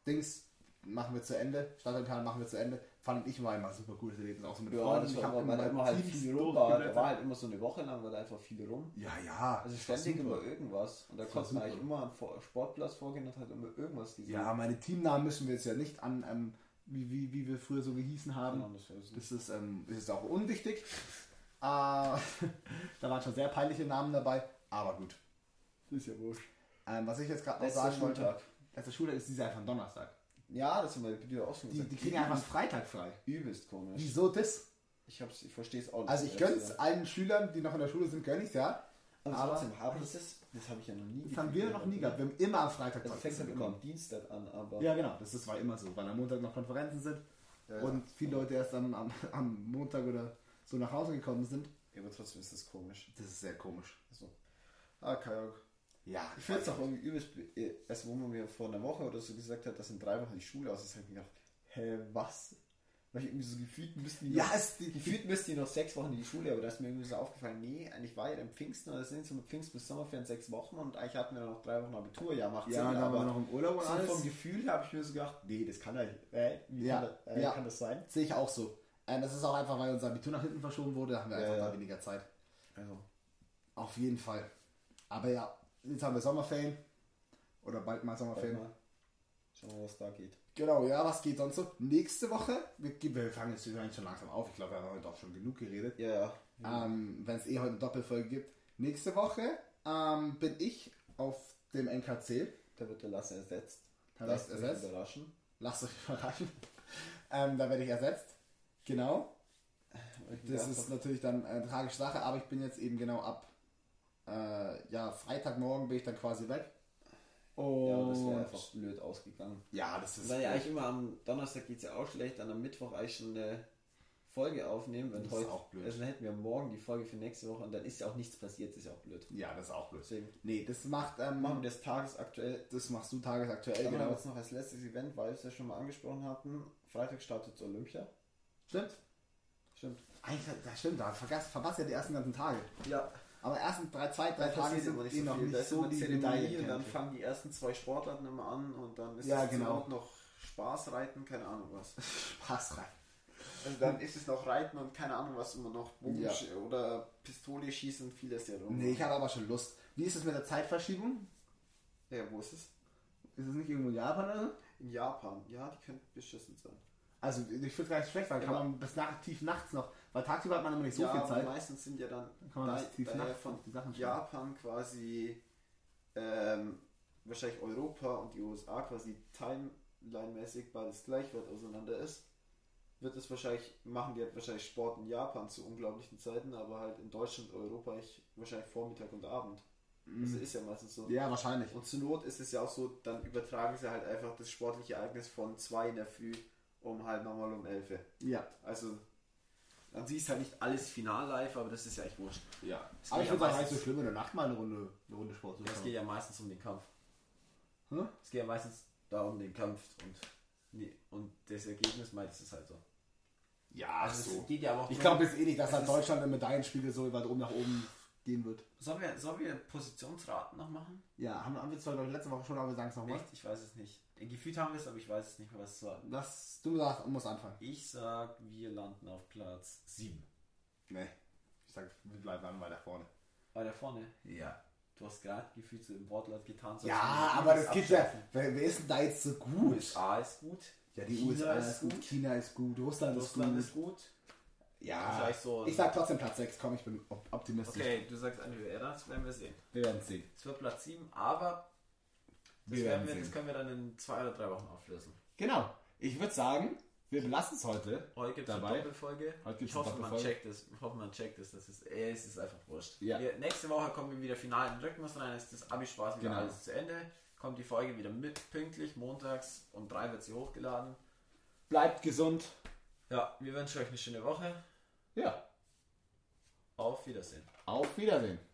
A: Dings machen wir zu Ende, Stadtteil machen wir zu Ende. Fand ich war immer super cooles Erlebnis, auch so mit
C: ja,
A: Freunden.
C: das
A: Ich hab
C: war immer, weil da immer halt
A: Teams
C: viel rum war. Da war halt immer so eine Woche lang, war da einfach viel rum.
A: Ja, ja.
C: Also
A: das war
C: ständig
A: super.
C: immer irgendwas. Und da
A: war
C: konnte man
A: super.
C: eigentlich immer am Vor- Sportplatz vorgehen und hat immer irgendwas gesehen.
A: Ja, meine Teamnamen müssen wir jetzt ja nicht an, ähm, wie, wie, wie wir früher so gehießen haben.
C: Genau, das war so.
A: Das ist, ähm, das ist auch unwichtig. Äh, da waren schon sehr peinliche Namen dabei, aber gut.
C: ist ja wurscht.
A: Ähm, was ich jetzt gerade noch
C: Letzter
A: sagen wollte,
C: Schultag.
A: letzter Schultag ist dieser einfach Donnerstag. Also,
C: Ja, das haben wir wieder auch schon
A: Die, die kriegen einfach Freitag frei.
C: übelst komisch.
A: Wieso das?
C: Ich, hab's- ich verstehe es auch nicht.
A: Also ich
C: ehrlich
A: gönn's
C: gesagt.
A: allen Schülern, die noch in der Schule sind, gönn ich's, ja.
C: Aber
A: aber-
C: trotzdem habe ich das. Das habe ich ja noch nie
A: Das haben wir noch nie gehabt. Wir haben immer am Freitag
C: Das fängt
A: Zeugnis
C: halt immer
A: bekommen.
C: am Dienstag an, aber.
A: Ja, genau. Das ist, war immer so, weil am Montag noch Konferenzen sind und viele Leute erst am, am, am Montag oder so nach Hause gekommen sind.
C: Ja, aber trotzdem ist das komisch.
A: Das ist sehr komisch.
C: Also, ah, keine Ahnung.
A: Ja,
C: Ich finde es auch irgendwie übelst, be- äh, also wo man mir vor einer Woche oder so gesagt hat, dass in drei Wochen die Schule aus ist, habe ich mir gedacht, hä, was? Weil ich irgendwie so gefühlt müssten die
A: Ja,
C: noch,
A: es- die-
C: gefühlt müssten die noch sechs Wochen in die Schule, aber da ist mir irgendwie so aufgefallen, nee, eigentlich war ja dann Pfingsten und das sind so mit Pfingsten bis Sommerferien sechs Wochen und eigentlich hatten wir dann noch drei Wochen Abitur, ja, macht
A: Ja,
C: Sinn,
A: da waren wir
C: aber
A: noch im Urlaub und
C: so vom
A: alles.
C: Gefühl her habe ich mir so gedacht, nee, das kann doch, äh, wie
A: Ja,
C: kann, das, äh,
A: ja.
C: kann das sein?
A: Sehe ich auch so. Ähm, das ist auch einfach, weil unser Abitur nach hinten verschoben wurde, haben wir
C: Ja,
A: einfach
C: ja.
A: mal weniger Zeit.
C: Also,
A: Auf jeden Fall. Aber ja, jetzt haben wir Sommerferien. Oder bald mal
C: warte
A: Sommerferien.
C: mal. Schauen wir mal, was da geht.
A: Genau, ja, was geht sonst so? Nächste Woche, wir, wir fangen jetzt wahrscheinlich schon langsam auf. Ich glaube, wir haben heute auch schon genug geredet.
C: Ja, ja.
A: Ähm, Wenn es eh heute eine Doppelfolge gibt. Nächste Woche ähm, bin ich auf dem NKC.
C: Da wird der Lasse ersetzt.
A: Der Lasse
C: Lasst euch
A: ersetzt?
C: Überraschen.
A: Lasst euch überraschen. ähm, da werde ich ersetzt. Genau. Das ist natürlich dann eine tragische Sache, aber ich bin jetzt eben genau ab äh, ja, Freitagmorgen bin ich dann quasi weg. Und
C: Ja, aber das wäre einfach blöd ausgegangen.
A: ja, das ist
C: Weil ja eigentlich immer am Donnerstag geht es ja auch schlecht, dann am Mittwoch eigentlich schon äh, eine
B: Folge aufnehmen, wenn
A: Das ist
B: heute,
A: auch blöd.
B: also dann hätten wir morgen die Folge für nächste Woche und dann ist ja auch nichts passiert, ist ja auch blöd.
A: Ja, das ist auch blöd.
B: Deswegen
A: Nee, das macht, ähm,
B: machen wir das tagesaktuell.
A: das machst du tagesaktuell,
B: Dann haben wir
A: genau.
B: jetzt noch als letztes Event, weil wir es ja schon mal angesprochen hatten. Freitag startet Olympia.
A: Stimmt.
B: Stimmt.
A: Eigentlich, das stimmt, da verpasst, verpasst ja die ersten ganzen Tage.
B: Ja,
A: Aber ersten drei, zwei, drei Tage
B: passiert
A: sind
B: immer
A: eh
B: nicht so
A: noch
B: viel. Da
A: nicht
B: ist
A: so
B: immer
A: die
B: Zeremonie und dann
A: Medaillen.
B: fangen die ersten zwei Sportarten immer an und dann ist
A: Ja,
B: es
A: genau.
B: auch noch Spaß, Reiten, keine Ahnung was.
A: Spaß rein.
B: Also dann ist es noch Reiten und keine Ahnung was immer noch Bogen
A: Ja.
B: oder Pistole schießen, vieles ja rum.
A: Nee, ich habe aber schon Lust. Wie ist es mit der Zeitverschiebung?
B: Ja, wo ist es?
A: Ist es nicht irgendwo in Japan oder so?
B: In Japan. Ja, die können beschissen sein.
A: Also, ich finde es gar nicht schlecht, weil
B: Ja,
A: kann
B: aber-
A: man bis nach, tief nachts noch, weil tagsüber hat man immer nicht so
B: ja,
A: viel
B: aber
A: Zeit.
B: meistens sind ja dann
A: Kann man
B: da,
A: das tief
B: da ja
A: nachts
B: von
A: noch die Sachen schauen.
B: Japan quasi ähm, wahrscheinlich Europa und die USA quasi timeline-mäßig beides gleich weit auseinander ist, wird es wahrscheinlich, machen die halt wahrscheinlich Sport in Japan zu unglaublichen Zeiten, aber halt in Deutschland und Europa ich, wahrscheinlich Vormittag und Abend. Das ist ja meistens so.
A: Mhm. Ja, wahrscheinlich.
B: Und zur Not ist es ja auch so, dann übertragen sie halt einfach das sportliche Ereignis von 2 in der Früh um halb nochmal um 11.
A: Ja.
B: Also, dann siehst halt nicht alles final live, aber das ist ja echt wurscht.
C: Ja. Es
A: Aber
C: geht
A: ich finde
C: ja,
A: es auch nicht so
C: meistens,
A: schlimm, in der Nacht mal eine Runde, eine Runde Sport zu
C: es
A: schauen.
C: geht ja meistens um den Kampf.
A: Hm?
C: Es geht ja meistens darum, den Kampf und, nee, und das Ergebnis meint es halt so.
A: Ja,
C: Also es geht ja aber auch
A: Ich
C: darum-
A: glaube jetzt eh nicht, dass
C: Es
A: da
C: ist-
A: Deutschland im Medaillenspiegel so weit oben nach oben gehen wird.
C: Sollen wir, sollen wir Positionsraten noch machen?
A: Ja, haben, haben wir zwar glaub ich, letzte Woche schon, aber wir sagen es nochmal.
C: Echt? Ich weiß es nicht. Gefühlt haben wir es, aber ich weiß es nicht mehr, was es war.
A: Das, du sagst, musst anfangen.
C: Ich sag, wir landen auf Platz 7.
A: Nee. Ich sag, wir bleiben einmal da vorne.
C: Weiter vorne.
A: Ja.
C: Du hast gerade gefühlt so im Wortlaut getan. so als
A: Ja,
C: würden wir
A: aber
C: uns
A: das geht ja.
C: abschalten.
A: Wer, wer ist denn da jetzt so gut?
C: USA ist gut.
A: Ja, die
C: China
A: USA
C: ist
A: ist gut,
C: gut.
A: China ist gut, Russland,
C: Russland
A: ist
C: ist
A: gut.
C: gut.
A: Ja,
C: Vielleicht so- äh,
A: ich sag trotzdem Platz 6, komm, ich bin op- optimistisch.
C: Okay, du sagst eine höhere, das werden wir sehen.
A: Wir werden sehen.
C: Es wird Platz 7, aber das,
A: Wir
C: werden
A: werden
C: wir, das
A: sehen.
C: können wir dann in zwei oder drei Wochen auflösen.
A: Genau. Ich würde sagen, wir belassen es heute.
C: Heute gibt es eine
A: Dabei?
C: Doppelfolge.
A: Heute gibt's
C: ich hoffe,
A: eine
C: man
A: Doppelfolge.
C: checkt es. Ich hoffe, man checkt es. Das ist, eh, es ist einfach wurscht.
A: Ja.
C: Wir, nächste Woche kommen wir wieder final in den Rhythmus rein. Ist das Abi-Spaß wieder
A: Genau.
C: alles zu Ende. Kommt die Folge wieder mit pünktlich. Montags um drei wird sie hochgeladen.
A: Bleibt gesund.
C: Ja, wir wünschen euch eine schöne Woche.
A: Ja.
C: Auf Wiedersehen.
A: Auf Wiedersehen.